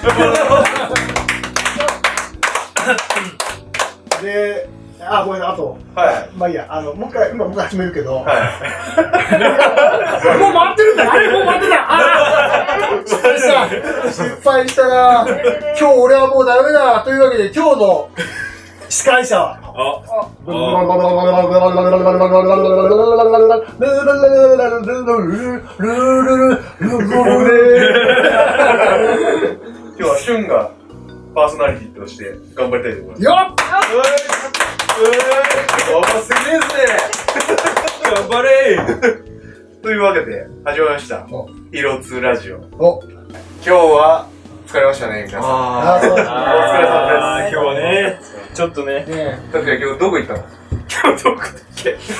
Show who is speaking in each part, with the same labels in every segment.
Speaker 1: で、あ、ごめんなさい、あと、
Speaker 2: はい
Speaker 1: まあいいや、あの、もう一回、今、もう一回始めるけど、
Speaker 2: はい
Speaker 3: もう回ってるんだ。あれもう回ってた。ああ。失敗した。
Speaker 1: 失敗したな今日俺はもうダメだというわけで、今日の司会者は、
Speaker 2: ああ今日はシュンがパーソナリティとして頑張りたいと思います
Speaker 3: よっ。
Speaker 2: うわいおばすげえっすね頑張れというわけで始まりました
Speaker 1: お
Speaker 2: 「ヒロツーラジオ」今
Speaker 1: お
Speaker 2: 日は疲れましたね皆さん
Speaker 1: あ
Speaker 4: あ
Speaker 1: そう
Speaker 4: ー
Speaker 1: だ
Speaker 2: あ
Speaker 4: あー、今日ね、ちょっとね、
Speaker 1: ね
Speaker 2: 確かに今日どこ行ったの
Speaker 4: 今日どこだっけ磯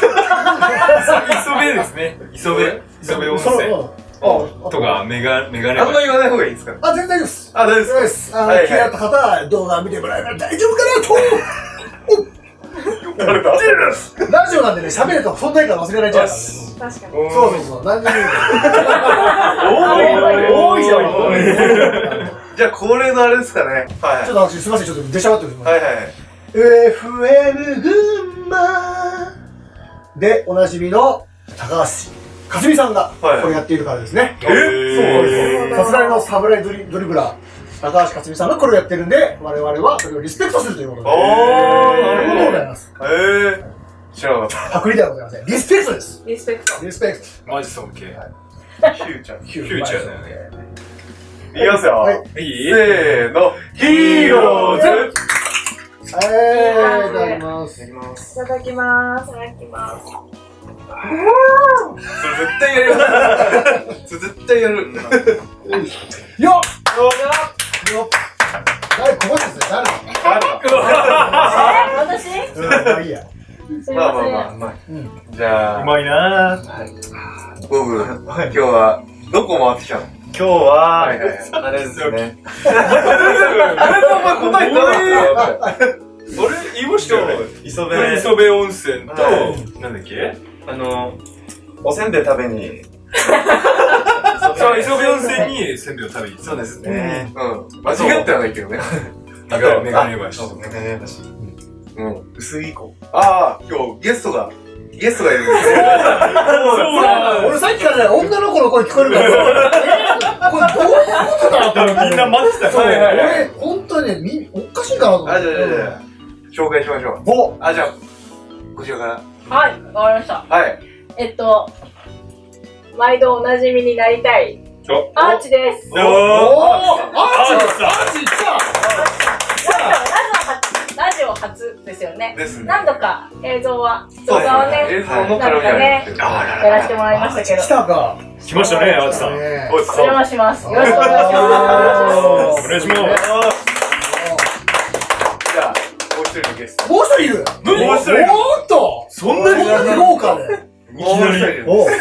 Speaker 4: 部ですね。磯部、磯部温
Speaker 1: そう
Speaker 4: 泉
Speaker 1: そう
Speaker 4: とか、メガ、メガネ
Speaker 2: あんま言わない方がいいですか
Speaker 1: あ、全然です。
Speaker 2: あ、大
Speaker 1: 大丈
Speaker 2: 丈
Speaker 1: 夫
Speaker 2: 夫
Speaker 1: で
Speaker 2: です
Speaker 1: す。あの、気になった方は動画見てもらえば大丈夫か
Speaker 2: 誰だ
Speaker 1: なとラジオなんでね、喋ると存在感忘れられちゃうからね。
Speaker 5: 確かに。
Speaker 1: そうそうそう、何でもいい
Speaker 2: 多い
Speaker 1: じゃん多
Speaker 2: じゃあ恒例のあれですかねはい
Speaker 1: ちょっと私、すみません、ちょっと出しゃばってるんです
Speaker 2: はいはい
Speaker 1: FM 群馬でおなじみの高橋かすみさんがこ
Speaker 2: はい
Speaker 1: れやっているからですね。
Speaker 2: そうです
Speaker 1: さすがのサムライドリドリブラー、高橋かすみさんがこれをやってるんで、我々はそれをリスペクトするということで。
Speaker 2: おー
Speaker 1: なるほどございます。
Speaker 2: ええ知らなかっ
Speaker 1: パクリではございません。リスペクトです。
Speaker 5: リスペクト。
Speaker 1: リスペクト。
Speaker 4: マジ尊敬。
Speaker 2: たヒューちゃんい
Speaker 1: フ
Speaker 4: フューチャーだよね。
Speaker 2: きますよ、
Speaker 1: はい
Speaker 4: いい
Speaker 2: せーのヒーローズ
Speaker 1: えー、いただきます。
Speaker 5: いただきます。いただきます。
Speaker 2: それ絶対やるそれ絶対やる
Speaker 1: よっよっ誰、ここですね、誰だ
Speaker 5: え私
Speaker 1: うんまあいいや。
Speaker 5: すい
Speaker 2: まあ
Speaker 5: ま
Speaker 2: まあ
Speaker 5: せん。
Speaker 2: まあまあ
Speaker 1: うん。
Speaker 2: じゃ
Speaker 4: う
Speaker 2: あ
Speaker 4: まいなぁ。
Speaker 2: 僕今日はどこ回ってきたの
Speaker 6: 今日は、
Speaker 2: はいはいはい
Speaker 6: あれです ね。
Speaker 2: お前答えたな
Speaker 4: 俺、言いましたよね。
Speaker 6: 磯部、
Speaker 4: 磯部温泉と
Speaker 2: は、
Speaker 4: なんだっけ
Speaker 6: あの、おせんべい食べに。
Speaker 4: そう、磯部温泉にせんべいを食べに行った
Speaker 6: そう。ですね。
Speaker 2: うん間違ってはないけどね
Speaker 4: メガネメガネ橋。
Speaker 6: そう、メガネだし。
Speaker 2: うん
Speaker 6: 薄い子。
Speaker 2: ああ今日ゲストがゲストがいるんですよ
Speaker 4: そうな
Speaker 1: 俺さっきからね、女の子の声聞こえるから、えーこれどういうことだと思って
Speaker 4: みんな待ってた
Speaker 1: そう、
Speaker 4: から。
Speaker 2: はいはい
Speaker 1: 俺、本当にね、みおかしいかなと思っ
Speaker 2: あ
Speaker 1: て。
Speaker 2: じゃあじゃあじゃあ紹介しましょう
Speaker 1: お
Speaker 2: あじゃあこちらか
Speaker 5: はい、わかりました。
Speaker 2: らはい
Speaker 5: えっと、毎度おなじみになりたい。
Speaker 4: お
Speaker 5: アーチです。
Speaker 4: おー
Speaker 1: ア
Speaker 4: あ
Speaker 1: ーチ
Speaker 4: ーさ
Speaker 1: アーチ来
Speaker 5: ラジオ初ですよね。
Speaker 2: ですね
Speaker 5: 何度か映像は、動
Speaker 2: そうです
Speaker 5: 画を
Speaker 2: ね
Speaker 5: ね、
Speaker 2: 映像の絡みはね
Speaker 5: やらせてもらいましたけ
Speaker 1: た
Speaker 5: ど
Speaker 1: 来。たか。
Speaker 4: 来ましたね、アーチさん。お
Speaker 1: ね
Speaker 4: い
Speaker 5: お邪魔します。よろしくお願いし
Speaker 1: お
Speaker 4: お
Speaker 5: ま
Speaker 4: 願いします。
Speaker 2: じゃあもう一人のゲスト
Speaker 1: もう一人いる
Speaker 4: もう一人いる
Speaker 1: おーっと
Speaker 4: そん
Speaker 1: こん
Speaker 4: なに
Speaker 1: なに豪華で。
Speaker 4: いきなり。
Speaker 2: もう
Speaker 1: おう
Speaker 4: どうぞ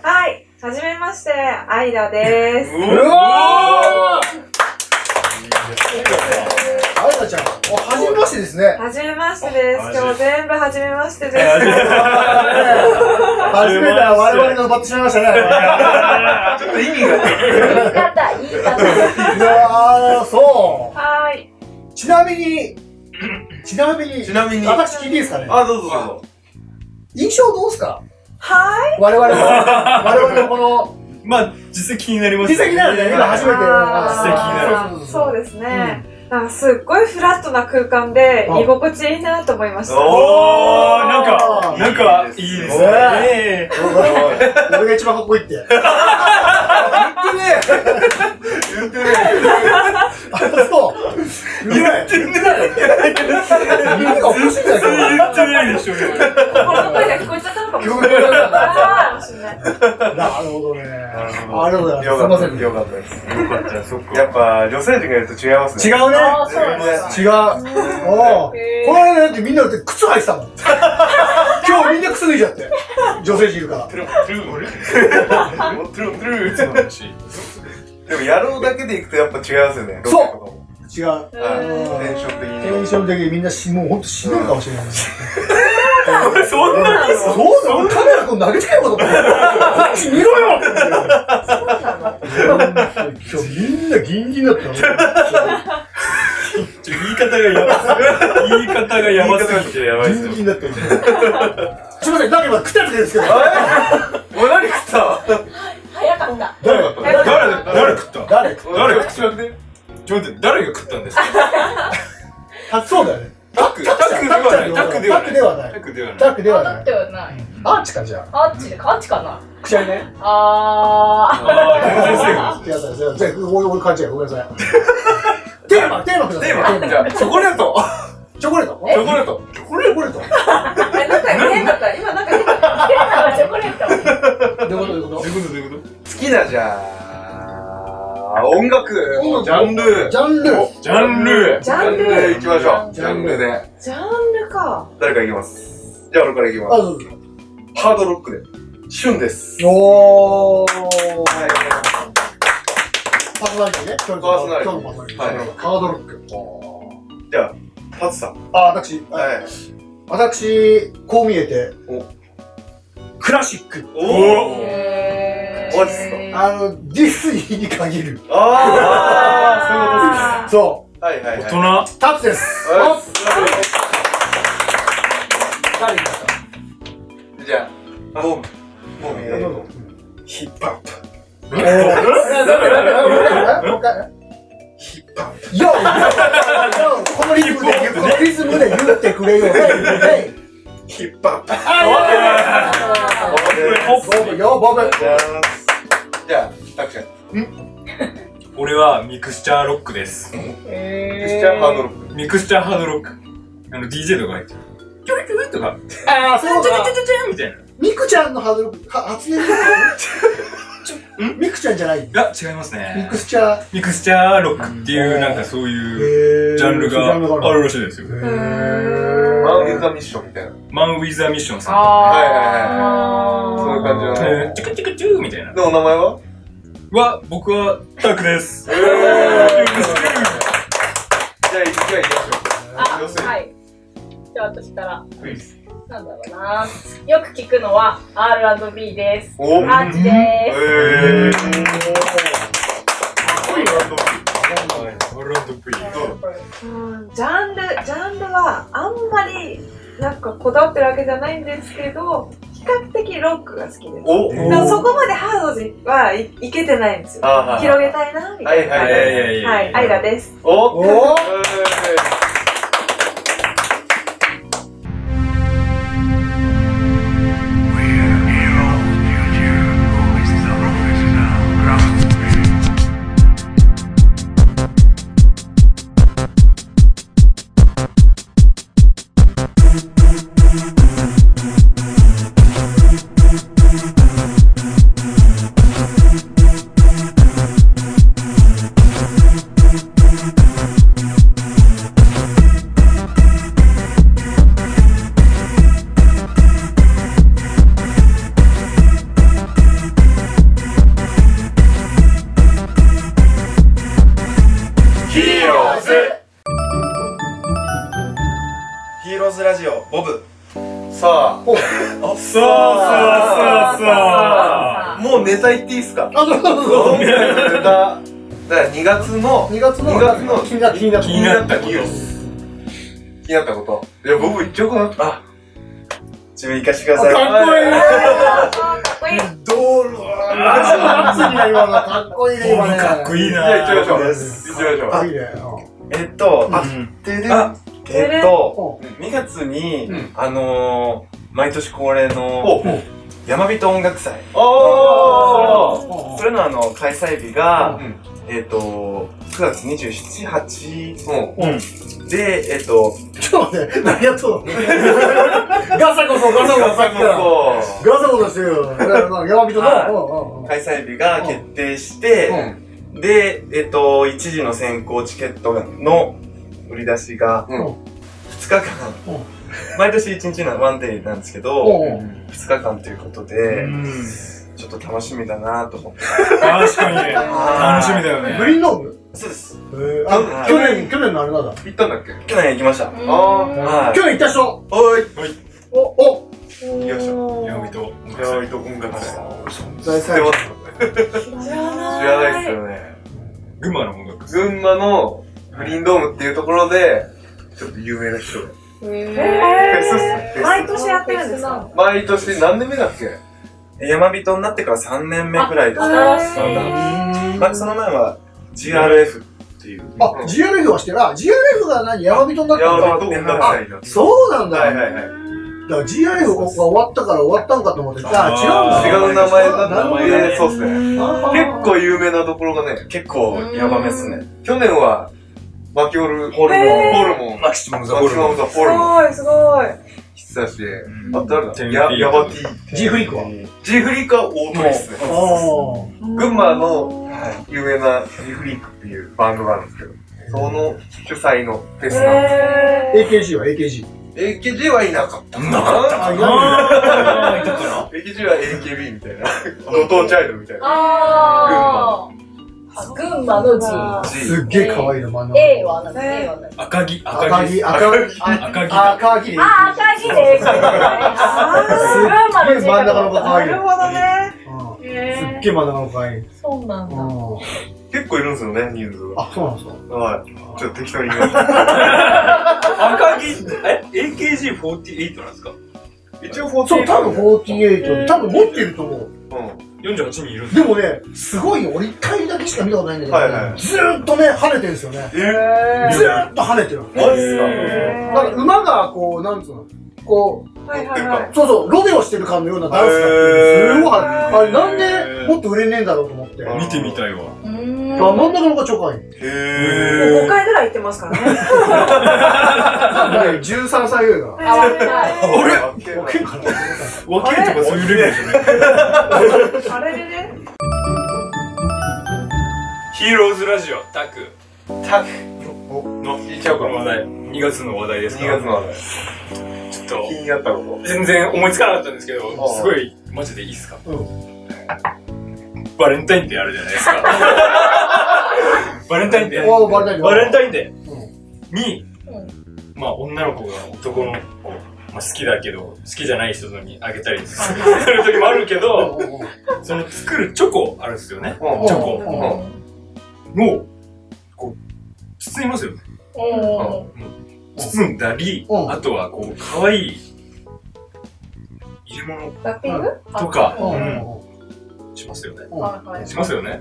Speaker 5: す。はい、はじめまして、アイラで
Speaker 2: 一人
Speaker 1: う
Speaker 2: う
Speaker 1: わーあやかちゃん、お、はじめましてですね。
Speaker 5: はじめましてです。
Speaker 4: あ
Speaker 5: 今日全部はじめましてです。
Speaker 1: 初めては我々が奪ってしまいましたね。
Speaker 2: ちょっと意味が
Speaker 5: 言い方、言い方。
Speaker 1: いやー、そ
Speaker 5: はい。
Speaker 1: う。ちなみに、ちなみに
Speaker 2: ち、なみに
Speaker 1: 私聞いていいですかね
Speaker 2: あどうぞどうぞ
Speaker 1: 印象どうですか
Speaker 5: は
Speaker 1: 我々の、我々のこの、
Speaker 4: まあ、実際気になります
Speaker 1: 実績なんでね、今初めて。
Speaker 5: あーそうですね。なんかすっごいフラットな空間で
Speaker 1: あ
Speaker 5: 居心地いいなと思いました。
Speaker 4: おー、なんか、なんか、いいですね。ね
Speaker 1: 俺が一番かっこいいって。
Speaker 2: 言ってない
Speaker 1: あ、そう。言ってんね。耳がおかしいんだけど。
Speaker 4: 言ってないでしょうよ。
Speaker 5: 心の声が聞こえちゃったのかもし れない。あーかもしれない。
Speaker 1: なるほどね。ありがとうござい
Speaker 2: よ
Speaker 1: ま
Speaker 2: か
Speaker 1: す。
Speaker 2: っ
Speaker 1: す
Speaker 2: た
Speaker 1: みま
Speaker 2: よかったです
Speaker 4: かった、そっ
Speaker 2: やっぱ女性陣がいると違います
Speaker 1: せん。
Speaker 2: ね
Speaker 1: 違うね。
Speaker 5: あーそうですか。
Speaker 1: 違う。おう。
Speaker 5: へー
Speaker 1: この間だってみんなだって靴履いてたもん。今日みんな靴脱いじゃって。女性陣いるから。
Speaker 2: 違うトゥルートゥルーでもやろうだけでいくとやっぱ違いますよね
Speaker 1: そう
Speaker 2: う
Speaker 1: 違う。
Speaker 2: テンション的に
Speaker 1: テンション的にみんなし、もうほんと死んでるかもしれない。
Speaker 4: そんな
Speaker 1: そうだ、俺カメラこう投げてることこっち見ろよ
Speaker 5: そうなの
Speaker 1: 今日みんなギンギンだった
Speaker 4: ちょ言い方がやばすぎる。言い方がやばすぎてやばい
Speaker 1: の
Speaker 4: っす
Speaker 1: ギ
Speaker 4: よ
Speaker 1: ン。ギンだったのすいません、誰か食ったやつですけど
Speaker 2: お前何食った
Speaker 7: 早かった。
Speaker 1: 誰が
Speaker 4: 誰、
Speaker 5: 誰
Speaker 4: 誰食った
Speaker 1: 誰か
Speaker 4: 誰が
Speaker 2: ち
Speaker 4: 食っ
Speaker 2: ょっと待って
Speaker 4: たちょっと待って、誰が食ったんですか
Speaker 1: そうだよね
Speaker 4: タク、タクで
Speaker 1: タ
Speaker 4: はない。タク
Speaker 1: ク
Speaker 4: ではない。
Speaker 1: ではない
Speaker 4: タクではない。
Speaker 1: タクでは
Speaker 7: 当
Speaker 1: な
Speaker 7: たっ
Speaker 1: い
Speaker 7: てはない。
Speaker 1: アーチかじゃ
Speaker 7: あっちで、あっちかな。
Speaker 1: あくしゃいね
Speaker 7: あ
Speaker 4: あー、全然セー
Speaker 1: 違う違う違
Speaker 4: フ
Speaker 1: う違う俺俺勘違いごめんなさいテーマテーマください
Speaker 2: テーマじゃあチョコレート
Speaker 1: チョコレート
Speaker 2: チョコレート
Speaker 1: チョコレート
Speaker 5: えなんか変だった。今なんか変だった。
Speaker 7: あ、変なチョコレート。
Speaker 1: どういうことどういうこ
Speaker 4: どういうことどういうこと
Speaker 2: 好きなじゃあ音楽
Speaker 1: 音楽
Speaker 2: ジャンル
Speaker 1: とジャンル
Speaker 4: ジャンル
Speaker 5: ジャンル
Speaker 2: 行きましょう
Speaker 1: ジャンル
Speaker 2: で
Speaker 5: ジャンルか。
Speaker 2: 誰から行きますじゃあ俺から行き
Speaker 1: あ
Speaker 2: ま
Speaker 1: どうぞ
Speaker 2: すハードロックで旬です
Speaker 1: おー
Speaker 2: はい
Speaker 1: パーソナリティね今日の
Speaker 2: パーソナリティ
Speaker 1: 今日のパーソナリティ
Speaker 2: はい
Speaker 1: ハードロック
Speaker 2: じゃあパツさん
Speaker 1: あ私
Speaker 2: はい
Speaker 1: 私こう見えて
Speaker 2: お
Speaker 1: クラシック
Speaker 2: おお
Speaker 7: へ
Speaker 2: マジっすか
Speaker 1: あのディスニーに限る
Speaker 2: ああ
Speaker 1: そ
Speaker 2: そういうことですはいはいはい
Speaker 4: 大人
Speaker 1: うタツです
Speaker 2: おっ
Speaker 1: 誰ですか
Speaker 2: じゃあもうもう
Speaker 1: どう
Speaker 2: え
Speaker 1: ぞ
Speaker 2: ーヒップアップ
Speaker 1: おーもう一回
Speaker 2: ヒップアップ
Speaker 1: よこのリズムでこのリズムで言ってくれよヘイ
Speaker 2: ヒップアップ
Speaker 1: ボブよボブ
Speaker 2: じゃあタクちゃん
Speaker 4: 俺はミクスチャーロックです。
Speaker 2: クスチャンハードロック
Speaker 4: ミクスチャーハードロック。あの、DJ とか入ってる。キョロキョロとか、
Speaker 1: ああそういうことか
Speaker 4: チャチャみたいな。
Speaker 1: ミクちゃんのハードルは発言ミクちゃんじゃない
Speaker 4: あ、違います
Speaker 1: ミ
Speaker 4: ね
Speaker 1: ク。スチャー
Speaker 4: ミクスチャーロックっていう、なんかそうい
Speaker 1: へ
Speaker 4: う
Speaker 1: ー
Speaker 4: ジャンル
Speaker 1: ジャンル
Speaker 4: があるらしいですよ。
Speaker 1: へー
Speaker 2: マン・ウィザ・ミッションみたいな
Speaker 4: マン・ウィザ・ミッションさん。
Speaker 2: はいはい
Speaker 7: あ
Speaker 2: そういう
Speaker 7: ー。
Speaker 2: 感じのね
Speaker 4: えーチクチクチューみたいな。
Speaker 2: でお名前は
Speaker 4: は、僕はタクです。
Speaker 2: えーじゃあ一回行き
Speaker 7: あ、
Speaker 2: ましょう
Speaker 7: はい。じゃあ私から。
Speaker 2: クイズ
Speaker 7: なんだろうな。よく聞くのは R&B です。
Speaker 2: お
Speaker 7: アーチで
Speaker 2: えー
Speaker 4: オランドプリ
Speaker 7: す。
Speaker 5: うんジャンルジャンルはあんまりなんかこだわってるわけじゃないんですけど比較的ロックが好きです
Speaker 2: お
Speaker 5: だからそこまでハードにはい、いけてないんですよ
Speaker 2: あー
Speaker 5: 広げたいなみたいな
Speaker 2: はい
Speaker 4: いやいやいや
Speaker 5: はいアイラ です
Speaker 2: お
Speaker 1: おー
Speaker 2: ヒーローズヒーローズラジオボブさ
Speaker 1: お
Speaker 2: あ
Speaker 4: そうそうそう
Speaker 2: もうネタ言っていいっすか
Speaker 1: あそうそう
Speaker 2: ご
Speaker 1: そう
Speaker 2: 存知のネタだから2月の
Speaker 1: 2月の
Speaker 2: 二月の
Speaker 1: 気になった気になった
Speaker 4: 気になった
Speaker 2: 気になったこといや僕一応このあ
Speaker 6: 自分行かしてください。
Speaker 2: かっこいい
Speaker 5: かっこいい
Speaker 1: どうラジオになりましたかっこいいね今ね
Speaker 4: かっこいい
Speaker 2: じ
Speaker 4: な
Speaker 2: ゃあ行ってみましょう
Speaker 6: で
Speaker 2: 行ってみましょう
Speaker 1: かっこいいね
Speaker 6: えっと、あ、てで
Speaker 2: あ
Speaker 6: えっと、
Speaker 1: お
Speaker 6: 2月に
Speaker 2: うん、
Speaker 6: あのー、毎年恒例
Speaker 2: お
Speaker 6: の
Speaker 2: お
Speaker 6: 山人音楽祭。
Speaker 2: おー
Speaker 1: お
Speaker 6: それのあの、開催日が
Speaker 2: うん、
Speaker 6: えっと、9月27、8
Speaker 2: うん
Speaker 6: で、えっと、
Speaker 1: ちょっと待って何やっとんのガサゴソガサゴソさっきから
Speaker 2: そ
Speaker 1: ガサゴソしてるよ山人
Speaker 6: はい
Speaker 1: のうんうんうん
Speaker 6: 開催日が決定して、で、えっと、1時の先行チケットの売り出しが、
Speaker 2: うん
Speaker 6: 2日間
Speaker 1: う、
Speaker 6: 毎年1日のワンデーなんですけ
Speaker 1: お
Speaker 6: ど、
Speaker 1: うおう
Speaker 6: 2日間ということ
Speaker 4: う
Speaker 6: で、
Speaker 4: ん
Speaker 6: ちょっと楽しみだなと思って。
Speaker 4: 確かに楽しみだよ
Speaker 1: グ
Speaker 4: ね
Speaker 1: リーンローム
Speaker 6: そうです。
Speaker 1: えーあ
Speaker 6: はい
Speaker 1: 去年、去年のあれなんだ。
Speaker 2: う行ったんだっけ
Speaker 6: 去年行きました。
Speaker 7: うん
Speaker 2: あ
Speaker 6: はい。
Speaker 1: 去年行った人
Speaker 2: おい
Speaker 1: お、お
Speaker 2: 行きましょう
Speaker 4: ヤミと
Speaker 2: いやー伊藤音楽祭
Speaker 1: 財
Speaker 2: 知って
Speaker 1: 産
Speaker 2: ま
Speaker 1: 者
Speaker 2: す
Speaker 5: 知らない。
Speaker 2: 知らないですよね。
Speaker 4: 群馬の音楽。
Speaker 2: 群馬のグリーンドームっていうところで、ちょっと有名な人が
Speaker 5: へ
Speaker 2: フェス
Speaker 5: ー
Speaker 2: フェス
Speaker 5: 毎年やってるんですか
Speaker 2: 毎年何年目だっけ
Speaker 6: 山人になってから3年目くらいです
Speaker 5: あ
Speaker 6: か
Speaker 5: へ
Speaker 6: まだまあその前は GRF っていう
Speaker 1: あ、GRF はしてる。あ、GRF が何山人になったの
Speaker 2: 山
Speaker 1: か。
Speaker 2: 人音楽祭だった。
Speaker 1: そうなんだ。
Speaker 2: はいはいは
Speaker 1: だ
Speaker 2: い。
Speaker 1: から GRF が終わったから終わったんかと思って。あ、
Speaker 4: あー
Speaker 1: 違うんだ。
Speaker 2: 違う名前だった
Speaker 1: な
Speaker 2: の
Speaker 1: るほどね
Speaker 2: で、そうですね。結構有名なところがね、
Speaker 6: 結構ヤバめっすね
Speaker 2: 去年は、マキオル、ホル
Speaker 5: へー
Speaker 2: モン、ホルモン、マ
Speaker 4: マキシマムザホ
Speaker 2: キ
Speaker 4: ル
Speaker 2: マム
Speaker 4: モン。
Speaker 2: ザ、
Speaker 5: す
Speaker 2: ホルモン、
Speaker 5: ごい、すごい。
Speaker 2: 喫茶して、
Speaker 6: うん
Speaker 2: あと誰だ
Speaker 4: テン
Speaker 2: や
Speaker 4: ピー
Speaker 2: ヤバティ。
Speaker 1: G フリークは
Speaker 2: G フリークは大鳥ですね。
Speaker 1: あー
Speaker 2: 群馬の有名な G フリークっていうバンドがあるんですけど、その主催のフェスなんです。
Speaker 5: へ
Speaker 1: AKG は AKG。
Speaker 2: AKG はいなかった。
Speaker 4: なかった
Speaker 1: あ、いや
Speaker 4: あーいたかな
Speaker 2: AKG は AKB みたいな。ご当地アイドルみたいな。
Speaker 7: あー。群馬の G。
Speaker 1: すっげえ可愛いの、真ん中。
Speaker 7: A は何 ?A は何
Speaker 4: 赤木、
Speaker 1: 赤
Speaker 4: 赤木。
Speaker 1: 木、赤木、
Speaker 4: 赤木だ。
Speaker 1: 赤木でいい。
Speaker 7: あ、赤木です。群馬の G。
Speaker 1: 真ん中の子可
Speaker 5: な
Speaker 1: 愛い
Speaker 5: る
Speaker 1: よ。
Speaker 5: ほどね。
Speaker 1: うんすっ
Speaker 7: へ
Speaker 1: げえ真ん中の子可愛い。
Speaker 7: ーそうなんだ。
Speaker 1: う
Speaker 2: 結構いるんですよね、人数
Speaker 1: んあ、そうなんですか。
Speaker 2: が。はい。ちょっと適当に言いまし た。
Speaker 4: 赤木、え、AKG48 なんですか
Speaker 2: 一応48。
Speaker 1: そう、多分48、多分持ってると思う。
Speaker 2: う
Speaker 4: ?48 人いるんだ
Speaker 1: でもね、すごいよ。俺一回だけしか見たことないんだけど、
Speaker 2: はいはい
Speaker 1: ずーっとね、跳ねてるんですよね。
Speaker 2: ん。え
Speaker 1: ずーっと跳ねてる。
Speaker 2: ー、マジっすか
Speaker 1: なんか馬がこう、なんつうのこう、
Speaker 5: はいはいはい。
Speaker 1: そうそう、ロデオしてるかのようなダンスが
Speaker 2: へー
Speaker 1: すごい跳ねてる。あれなん
Speaker 4: へ
Speaker 1: で
Speaker 4: ー
Speaker 1: もっと売れねえんだろうと思って。あ
Speaker 2: あ
Speaker 4: 見てみたいわ。
Speaker 7: うーん
Speaker 1: 真ん中の子超可愛い。
Speaker 2: へ
Speaker 5: もう5回ぐらい行ってますからね。
Speaker 1: ね13歳ぐらいが。
Speaker 7: あわかい。
Speaker 2: あれ
Speaker 1: おけんかな
Speaker 4: 若いとかそういうレベルじゃない。
Speaker 5: あれでね。
Speaker 4: ヒーローズラジオ、タク。
Speaker 2: タク
Speaker 4: の、
Speaker 2: 聞いちゃうか
Speaker 4: こ
Speaker 2: な
Speaker 4: の話題。2月の話題ですか
Speaker 2: 2月の話題
Speaker 4: ちょっと
Speaker 2: 気、になったこ
Speaker 4: 全然思いつかなかったんですけど、
Speaker 2: ああ
Speaker 4: すごい、マジでいいっすか、
Speaker 1: う
Speaker 4: バレンタインデーあるじゃないですか。バレンタインデー。
Speaker 1: おーバレンタインデー
Speaker 4: バレンタインデー
Speaker 1: う
Speaker 4: に、まあ女の子が男の子、まあ、好きだけど、好きじゃない人にあげたりする時もあるけど、その作るチョコあるんですよね。
Speaker 2: と。うん
Speaker 4: チョコ
Speaker 2: うん
Speaker 4: の、こう、包みますよね。
Speaker 7: うん
Speaker 4: 包んだり、
Speaker 1: うん
Speaker 4: あとはこう、可愛い入れ物
Speaker 7: ラッピング
Speaker 4: とか、
Speaker 1: うん
Speaker 4: うん
Speaker 1: うん
Speaker 4: しますよね。
Speaker 7: はいはい
Speaker 4: しますよね。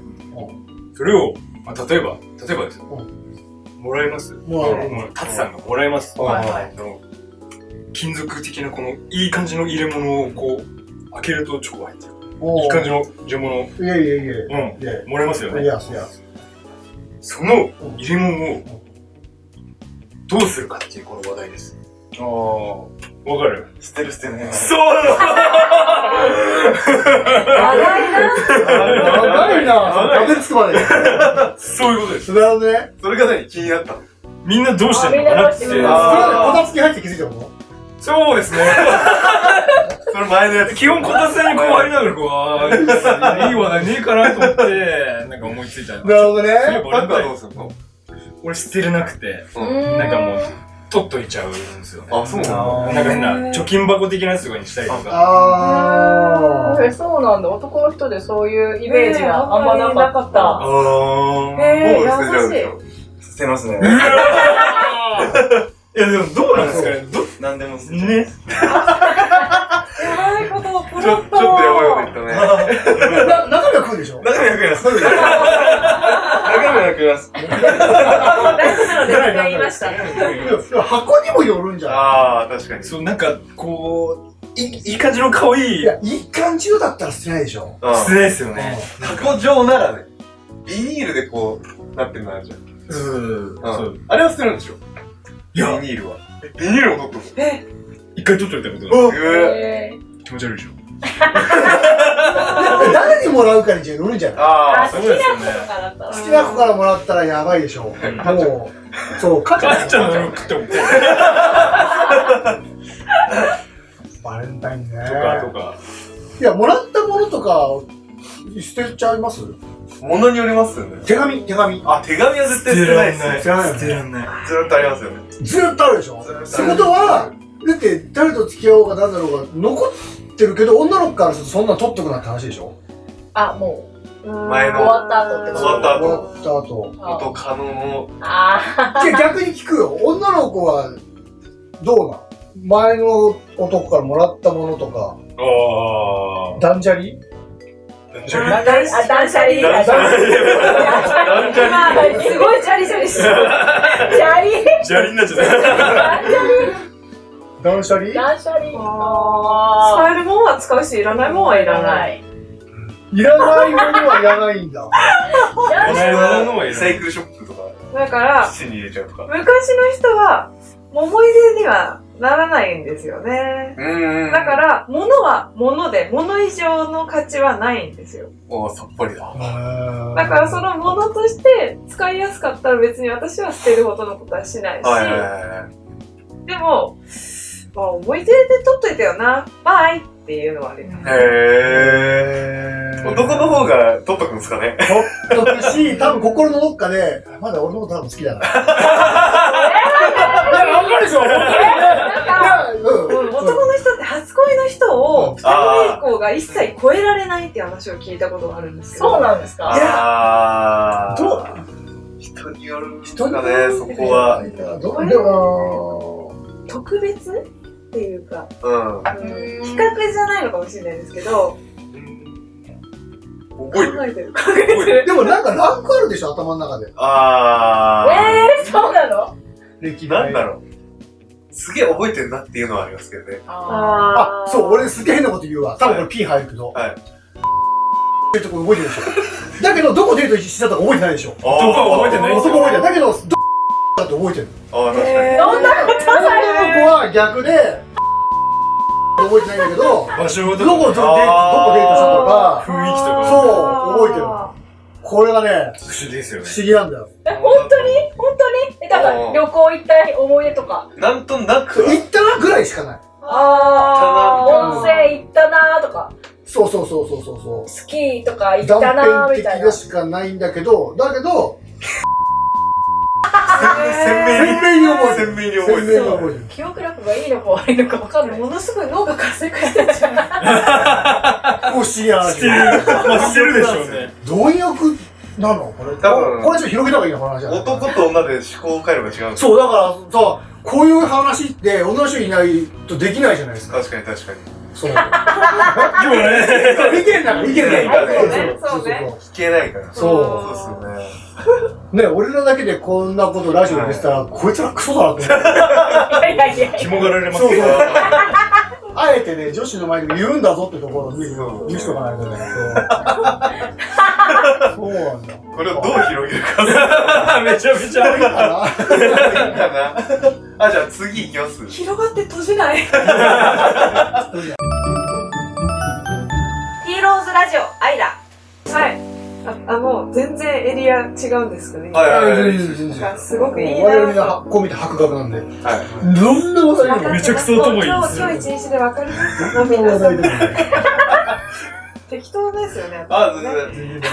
Speaker 4: それを、まあ、例えば、例えばですよ。
Speaker 1: う
Speaker 4: もらいます。
Speaker 1: もらう
Speaker 4: もうタツさんがもらいます。
Speaker 2: はいは
Speaker 4: あの金属的なこのいい感じの入れ物をこう開けるとチョコが入ってる。いい感じの入れ物を、
Speaker 1: いやいやいやい
Speaker 4: うん、
Speaker 1: や。い
Speaker 4: もらいますよ
Speaker 1: や、い
Speaker 4: ね。
Speaker 1: や、いや。
Speaker 4: その入れ物をどうするかっていうこの話題です。ああ、わかる
Speaker 6: 捨てる捨てない
Speaker 4: そうな
Speaker 5: 長いな。
Speaker 1: 長いな食べつくまで。
Speaker 4: のそういうことです。
Speaker 1: それはね、
Speaker 2: それが何気になったの
Speaker 4: みんなどうしてるのかなって
Speaker 7: あみ
Speaker 2: などうして
Speaker 7: ん。
Speaker 2: る
Speaker 1: こ
Speaker 2: あー
Speaker 1: たつき入って気づいたもん。
Speaker 4: そうですね。
Speaker 2: それ前のやつ。
Speaker 4: 基本こたつにこう入りながらこう、あーいい話題ねえかなと思って、なんか思いついたの
Speaker 1: なるほどね。
Speaker 4: そういえ
Speaker 2: タ
Speaker 4: ば俺
Speaker 2: クはどうするの
Speaker 4: 俺捨てれなくて、
Speaker 7: うん
Speaker 4: なんかもう、取っといちゃうんですよね。
Speaker 2: あ、そうなんだ。
Speaker 1: あー
Speaker 4: なんか変な、貯金箱的なやつとかにしたりとか。
Speaker 1: あー
Speaker 7: えそうなんだ男の人でそういうイメージがあんまなかっ
Speaker 4: あ
Speaker 7: た
Speaker 4: ー。
Speaker 5: へ
Speaker 2: もう捨てちゃう
Speaker 5: ー、優
Speaker 2: でし
Speaker 5: しい。
Speaker 2: ょ。
Speaker 6: 捨てますね
Speaker 4: いやでもどうなんですかねど
Speaker 6: 何でも捨てちゃう
Speaker 4: ね。
Speaker 5: やばいことをポ
Speaker 2: ちょ、ちょ
Speaker 5: ロ
Speaker 2: っ
Speaker 5: ッ
Speaker 2: と
Speaker 5: と。
Speaker 2: やばいこと言ったね。
Speaker 1: な中身は食うでしょ
Speaker 6: 中身は食います中身は食います
Speaker 5: 大事なので僕が言いました。
Speaker 1: でも箱にもよるんじゃない
Speaker 2: あー、確かに。
Speaker 4: そう、なんか、こう、いいい感じの可愛
Speaker 1: い
Speaker 4: い、捨
Speaker 1: や、いい感じのだったら捨てないでしょ。
Speaker 4: てないですよね。
Speaker 2: うん箱状ならね、ビニールでこう、なってるのあるじゃん。
Speaker 4: うん。そう。
Speaker 2: あれは捨てるんでしょ
Speaker 4: いや
Speaker 2: ビニールは。えビニールを取っとく
Speaker 5: え、
Speaker 4: 一回取っといたことが
Speaker 2: のえ
Speaker 7: へー
Speaker 4: 気持ち悪いでしょ。
Speaker 1: 誰にもらうかによるんじゃない
Speaker 2: あ
Speaker 7: あ
Speaker 2: ー、
Speaker 4: そ
Speaker 7: 好
Speaker 4: う
Speaker 7: き
Speaker 4: です
Speaker 7: な
Speaker 4: よ
Speaker 7: 子
Speaker 4: ね
Speaker 7: とかだったら
Speaker 1: 好きな子からもらったらやばいでしょ。も
Speaker 4: ん
Speaker 1: う、そう、か
Speaker 4: かっちゃんの
Speaker 1: の
Speaker 4: 食っても、と
Speaker 1: バレンタインね。
Speaker 4: か、とか。
Speaker 1: いや、もらったものとか、捨てちゃいます
Speaker 2: 物によりますよね。
Speaker 1: 手紙、手紙。
Speaker 2: あ、手紙は絶対捨てないですね。
Speaker 1: 捨てらんない
Speaker 4: 捨てらんない。
Speaker 2: ずーっとありますよね。
Speaker 1: ずーっとあるでしょ。
Speaker 2: ずー
Speaker 1: っ
Speaker 2: っとある
Speaker 1: てことは、だって誰と付き合おうが何だろうが残ってるけど、女の子からするとそんなの取っとくなって話でしょ。
Speaker 7: あもう
Speaker 2: 前
Speaker 8: 終
Speaker 2: の
Speaker 8: わった後ってこ
Speaker 2: 終わった
Speaker 1: 終
Speaker 2: 後
Speaker 1: わった後。
Speaker 8: と
Speaker 2: 元カノの
Speaker 8: あ
Speaker 1: じゃあ逆に聞くよ。女の子は、どうなん前の男からもらったものとか、
Speaker 4: あ
Speaker 1: 断捨離
Speaker 8: ーあ断捨離断捨離
Speaker 2: 断捨
Speaker 8: 断捨離今すごいチャリチャリしてる チャリ
Speaker 4: あ。砂利になっちゃった。
Speaker 1: 断捨離
Speaker 8: 断捨離あ
Speaker 5: 使えるもんは使うし、いらないもんはい
Speaker 8: い
Speaker 5: ら
Speaker 8: ら
Speaker 5: ない。
Speaker 8: ない
Speaker 1: いらないものはいらないんだ。
Speaker 8: 断捨
Speaker 4: 前のものはい
Speaker 2: リ
Speaker 4: ら
Speaker 2: サ
Speaker 4: ない。
Speaker 2: イクルショップとか
Speaker 5: だから、
Speaker 2: 基地に入れちゃうとか
Speaker 5: 昔の人は、思い出にはならないんですよね。
Speaker 2: うんうん
Speaker 5: だから、物は物で、物以上の価値はないんですよ。
Speaker 2: おーさっぱりだ
Speaker 5: だから、その物として使いやすかったら別に私は捨てるほどのことはしないし、
Speaker 2: はいはいはいはい
Speaker 5: でも、まあ、思い出で取っといたよな、バイっていうのはあります。
Speaker 2: へー男の方が取っとくんですかね
Speaker 1: ほっとくし、多分心のどっかで、まだ俺のこと多分好きだな。
Speaker 3: わかるでしょ
Speaker 5: なんか、
Speaker 1: うん
Speaker 5: うん男の人って初恋の人を双子以降が一切超えられないっていう話を聞いたことがあるんですけど。
Speaker 8: そうなんですか
Speaker 2: あー
Speaker 1: どう
Speaker 2: 人によるんですかねそこは
Speaker 1: どうでも
Speaker 5: 特別っていうか、
Speaker 2: うん
Speaker 5: うん比較じゃないのかもしれないですけど、考
Speaker 2: 覚えてる
Speaker 5: えてる。考えてる。
Speaker 1: でもなんかランクあるでしょ、頭の中で。
Speaker 2: あー
Speaker 8: えー、そうなの
Speaker 1: 歴
Speaker 2: なんだ
Speaker 1: ろ
Speaker 2: ろう。すげえ覚えてるなっていうのはありますけどね。
Speaker 8: あ
Speaker 5: あ
Speaker 1: あ、そう、俺すげえ変なこと言うわ。多分これ P 入るけど。
Speaker 2: はい
Speaker 1: っていうとこ覚えてるでしょ。だけど、どこデートしてたとか覚えてないでしょ。
Speaker 2: あ
Speaker 4: 男は覚えてない
Speaker 1: そこ覚えてない。だけど、どだって覚えてる。
Speaker 2: ああ、確かに。
Speaker 5: え
Speaker 8: どんなこと
Speaker 1: 女の子は逆で、覚えてないんだけど、
Speaker 4: 場所
Speaker 1: どこデート、どこデートし
Speaker 4: とか
Speaker 1: たとか、
Speaker 4: 雰囲気と
Speaker 1: そ
Speaker 4: か
Speaker 1: う覚えてるこれがね、
Speaker 4: 特殊ですよね
Speaker 1: 不。思議なんだよ。
Speaker 8: え本当に本当にえだから旅行行った思い出とか
Speaker 2: なんとなくは
Speaker 1: 行ったなぐらいしかない。
Speaker 8: あ
Speaker 5: ー
Speaker 8: 温泉行ったなーとか
Speaker 1: そうそうそうそうそうそう。
Speaker 8: スキーとか行っ
Speaker 1: 断
Speaker 8: たなー
Speaker 1: 片
Speaker 8: み
Speaker 1: 的
Speaker 8: たい
Speaker 1: で
Speaker 8: な
Speaker 1: しかないんだけど、だけど、
Speaker 5: へ
Speaker 2: 鮮明に覚えてる。
Speaker 1: 鮮
Speaker 2: 鮮明に覚えて
Speaker 1: 明に
Speaker 2: る。
Speaker 1: 覚えてる。
Speaker 8: 記憶力がいいのか悪いのか分かんない
Speaker 5: ものすごい脳が活性化してるじゃん。
Speaker 1: おしや
Speaker 4: してる。まあ、してるでしょうね。
Speaker 1: 貪欲なのこれ。
Speaker 2: 多分
Speaker 1: これちょっと広げた方がいいの、この話は。
Speaker 2: 男と女で思考回路が違うんですよ
Speaker 1: そう、だからさ、こういう話って女の人いないとできないじゃないですか。
Speaker 2: 確かに確かに。
Speaker 1: そう。
Speaker 4: 今日ね。
Speaker 1: 意見なんか意見ないから
Speaker 2: そう
Speaker 5: ね
Speaker 1: そう
Speaker 5: そうね
Speaker 2: 聞けないから。そう
Speaker 1: そう
Speaker 2: ですよね。
Speaker 1: そう。ね、俺らだけでこんなことラジオで言ってたら、こいつらクソだなって思 う。
Speaker 8: いやいやいや
Speaker 4: 紐がられます
Speaker 1: そう
Speaker 4: け
Speaker 1: そ
Speaker 4: ど
Speaker 1: う。あえてね、女子の前で言うんだぞってところを見見しとかないとね。そうそうな んだ。
Speaker 2: これをどう広げるか。
Speaker 4: めちゃめちゃ。
Speaker 1: あ
Speaker 2: いいかな。あ、じゃあ次行きます。
Speaker 5: 広がって閉じない。
Speaker 8: ヒーローズラジオアイラ
Speaker 5: はい。あ、あもう全然エリア違うんですかね。
Speaker 2: はい
Speaker 1: ら
Speaker 2: はいはい。
Speaker 5: なんかすごくいいな
Speaker 1: 我々みんなこう見て博学なんで。
Speaker 2: はい。
Speaker 1: どんな話題でも。
Speaker 4: めちゃくちゃ頭いい
Speaker 5: 今
Speaker 4: で
Speaker 5: 日、
Speaker 4: す
Speaker 5: 今
Speaker 4: よ
Speaker 5: 日一日で分かりますか
Speaker 1: どんな話題でもね。
Speaker 5: 適当ですよね。
Speaker 2: あ、
Speaker 5: 私
Speaker 2: 全
Speaker 5: ね
Speaker 2: 然。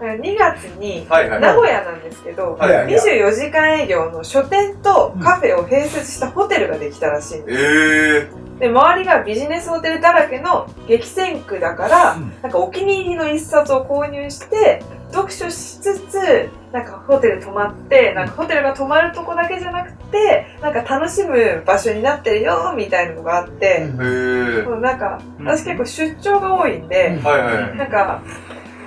Speaker 5: 2月に
Speaker 2: はいはい。
Speaker 5: 名古屋なんですけど、
Speaker 2: はいはい
Speaker 5: 24時間営業の書店とカフェを併設したホテルができたらしいんで
Speaker 2: ええ
Speaker 5: すで周りがビジネスホテルだらけの激戦区だから、なんかお気に入りの一冊を購入して読書しつつなんかホテル泊まってなんかホテルが泊まるとこだけじゃなくてなんか楽しむ場所になってるよみたいなのがあって、
Speaker 2: ー。え
Speaker 5: そうなんか
Speaker 4: うん
Speaker 5: 私結構出張が多いんで
Speaker 2: え、ー。はいはい。
Speaker 5: なんか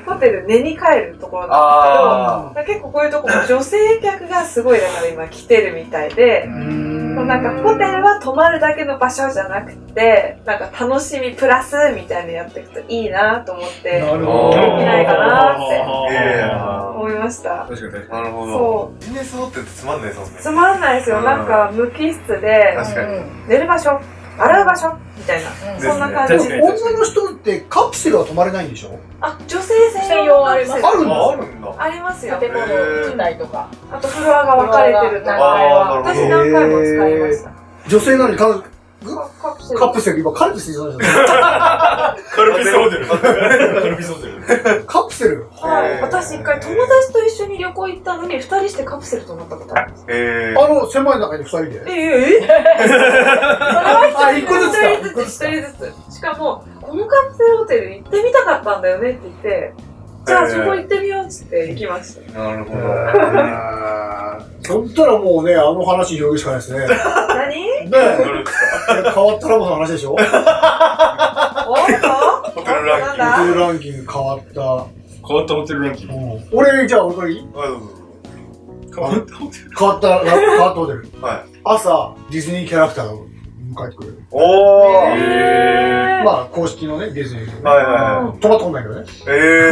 Speaker 5: ホテル寝に帰るところなんですけど
Speaker 2: あ
Speaker 5: だから結構こういうとこも女性客がすごいだから今来てるみたいで
Speaker 2: ー。、
Speaker 5: もうなんかホテルは泊まるだけの場所じゃなくて、なんか楽しみプラスみたいなのやっていくといいなと思って
Speaker 1: なる
Speaker 2: ほど
Speaker 5: できないかなって
Speaker 2: ええ
Speaker 5: 思いました。
Speaker 4: 確かに確
Speaker 2: なるほど。
Speaker 5: そ
Speaker 2: ビジネスホテルってつまんないですもんね
Speaker 5: う。。つまんないですよ。
Speaker 2: うん
Speaker 5: なんか無機質で、
Speaker 2: 確かに。
Speaker 5: 寝る場所、洗う場所、みたいな。
Speaker 2: ですね
Speaker 5: そんな感
Speaker 4: 確
Speaker 5: じ
Speaker 4: か。に
Speaker 1: 女の人ってカプセルは泊まれないんでしょ
Speaker 5: あ、女性専用あります
Speaker 1: あるんだ
Speaker 2: あ、あるんだ。
Speaker 5: ありますよ。
Speaker 8: 建物自体とか
Speaker 5: あとフロアが分かれてると
Speaker 8: あ
Speaker 5: か。
Speaker 2: あー、な
Speaker 5: 私
Speaker 2: るほど。
Speaker 5: 何回も使いました。
Speaker 1: 女性なのにカプ
Speaker 5: カプセル
Speaker 1: カプセル、今カルピス言ってたじ
Speaker 4: カルピスホテル。カルピスホテル。
Speaker 1: ゃん。カプセル。
Speaker 5: は
Speaker 2: へ、
Speaker 5: い
Speaker 2: ー
Speaker 5: 私一回友達と一緒に旅行行ったのに二人してカプセルとなったことあるんです
Speaker 2: え
Speaker 1: あの、狭い中に二人で。
Speaker 5: えええそれは一人ず
Speaker 1: あ一
Speaker 5: つ
Speaker 1: 個ずつか
Speaker 5: 一人ずつ一人ずつしかもこのカプセルホテル行ってみたかっったんだよねって言って、じゃあそこ行ってみようっつって行きました。
Speaker 2: なるほど。
Speaker 1: そしたらもうね、あの話広げるしかないですね。ねえ
Speaker 5: 何
Speaker 1: 変わったラボの話でしょホ
Speaker 5: おっとホ
Speaker 2: テルランキング
Speaker 1: テルランキング変わった。
Speaker 4: 変わったホテルランキング。
Speaker 1: 俺、じゃあ俺からいい
Speaker 4: 変わったホテル
Speaker 1: 変わったラ、変わったホテル。
Speaker 2: はい。
Speaker 1: 朝、ディズニーキャラクターが迎えてくれる。
Speaker 2: おー。
Speaker 5: えー、
Speaker 1: まあ、公式のね、ディズニーのね。
Speaker 2: はいはいは
Speaker 1: 泊まったことないけどね。
Speaker 2: い。え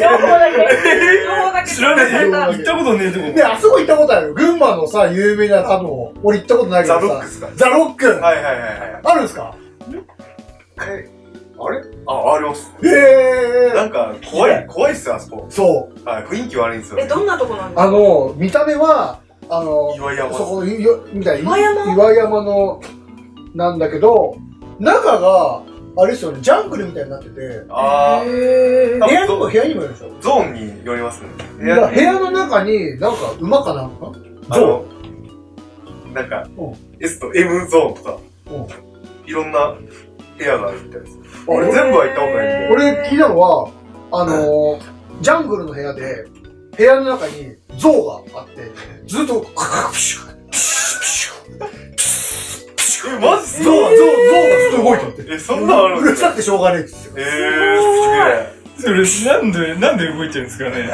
Speaker 8: 情報だけ。
Speaker 5: 情報だけ
Speaker 4: 知らねえ
Speaker 1: よ
Speaker 4: 行ったことねえとこ。
Speaker 1: で、あそこ行ったことある群馬のさ、有名な、あの、俺行ったことない
Speaker 2: ー。
Speaker 1: け
Speaker 2: ザ・
Speaker 1: ど
Speaker 2: ロック
Speaker 1: さ。
Speaker 2: スか。
Speaker 1: ザ・ロック
Speaker 2: はいはいはいはい。
Speaker 1: あるんすか
Speaker 2: えあれあ、あります。
Speaker 1: へえ
Speaker 2: なんか、怖い、怖いっすよ、あそこ。
Speaker 1: そう。
Speaker 2: はい、雰囲気悪いんですよ
Speaker 5: え、。どんなとこなんです
Speaker 1: あ
Speaker 5: か
Speaker 1: の、見た目は、あの、
Speaker 2: 岩山。
Speaker 1: そこのいよみたいな
Speaker 5: 岩山
Speaker 1: 岩山のなんだけど中があれですよねジャングルみたいになってて
Speaker 2: あー。
Speaker 5: へ
Speaker 1: 部屋に
Speaker 2: 多
Speaker 1: も
Speaker 2: 分
Speaker 1: 部屋にもいるでしょ
Speaker 2: ゾーンによりますね。部
Speaker 1: だから
Speaker 2: 屋
Speaker 1: 部屋の中になんか馬かなんか
Speaker 2: ゾーン。なんか
Speaker 1: う、
Speaker 2: S と M ゾーンとか
Speaker 1: うん、
Speaker 2: いろんな部屋があるみたいです。
Speaker 1: あ
Speaker 2: 俺全部は行ったことないんで。
Speaker 1: 俺聞いたのはあのー、ジャングルの部屋で部屋の中に象があってずっとカカカプシュプシュプシュ象象象
Speaker 2: え、マジそう
Speaker 1: がずっと動いてる
Speaker 2: え、そんなんある
Speaker 1: うんる
Speaker 2: です
Speaker 1: さ
Speaker 2: か
Speaker 1: くてしょうがねえっつって
Speaker 2: えー、
Speaker 4: それ、なんで、なんで動いてるんですかね。気に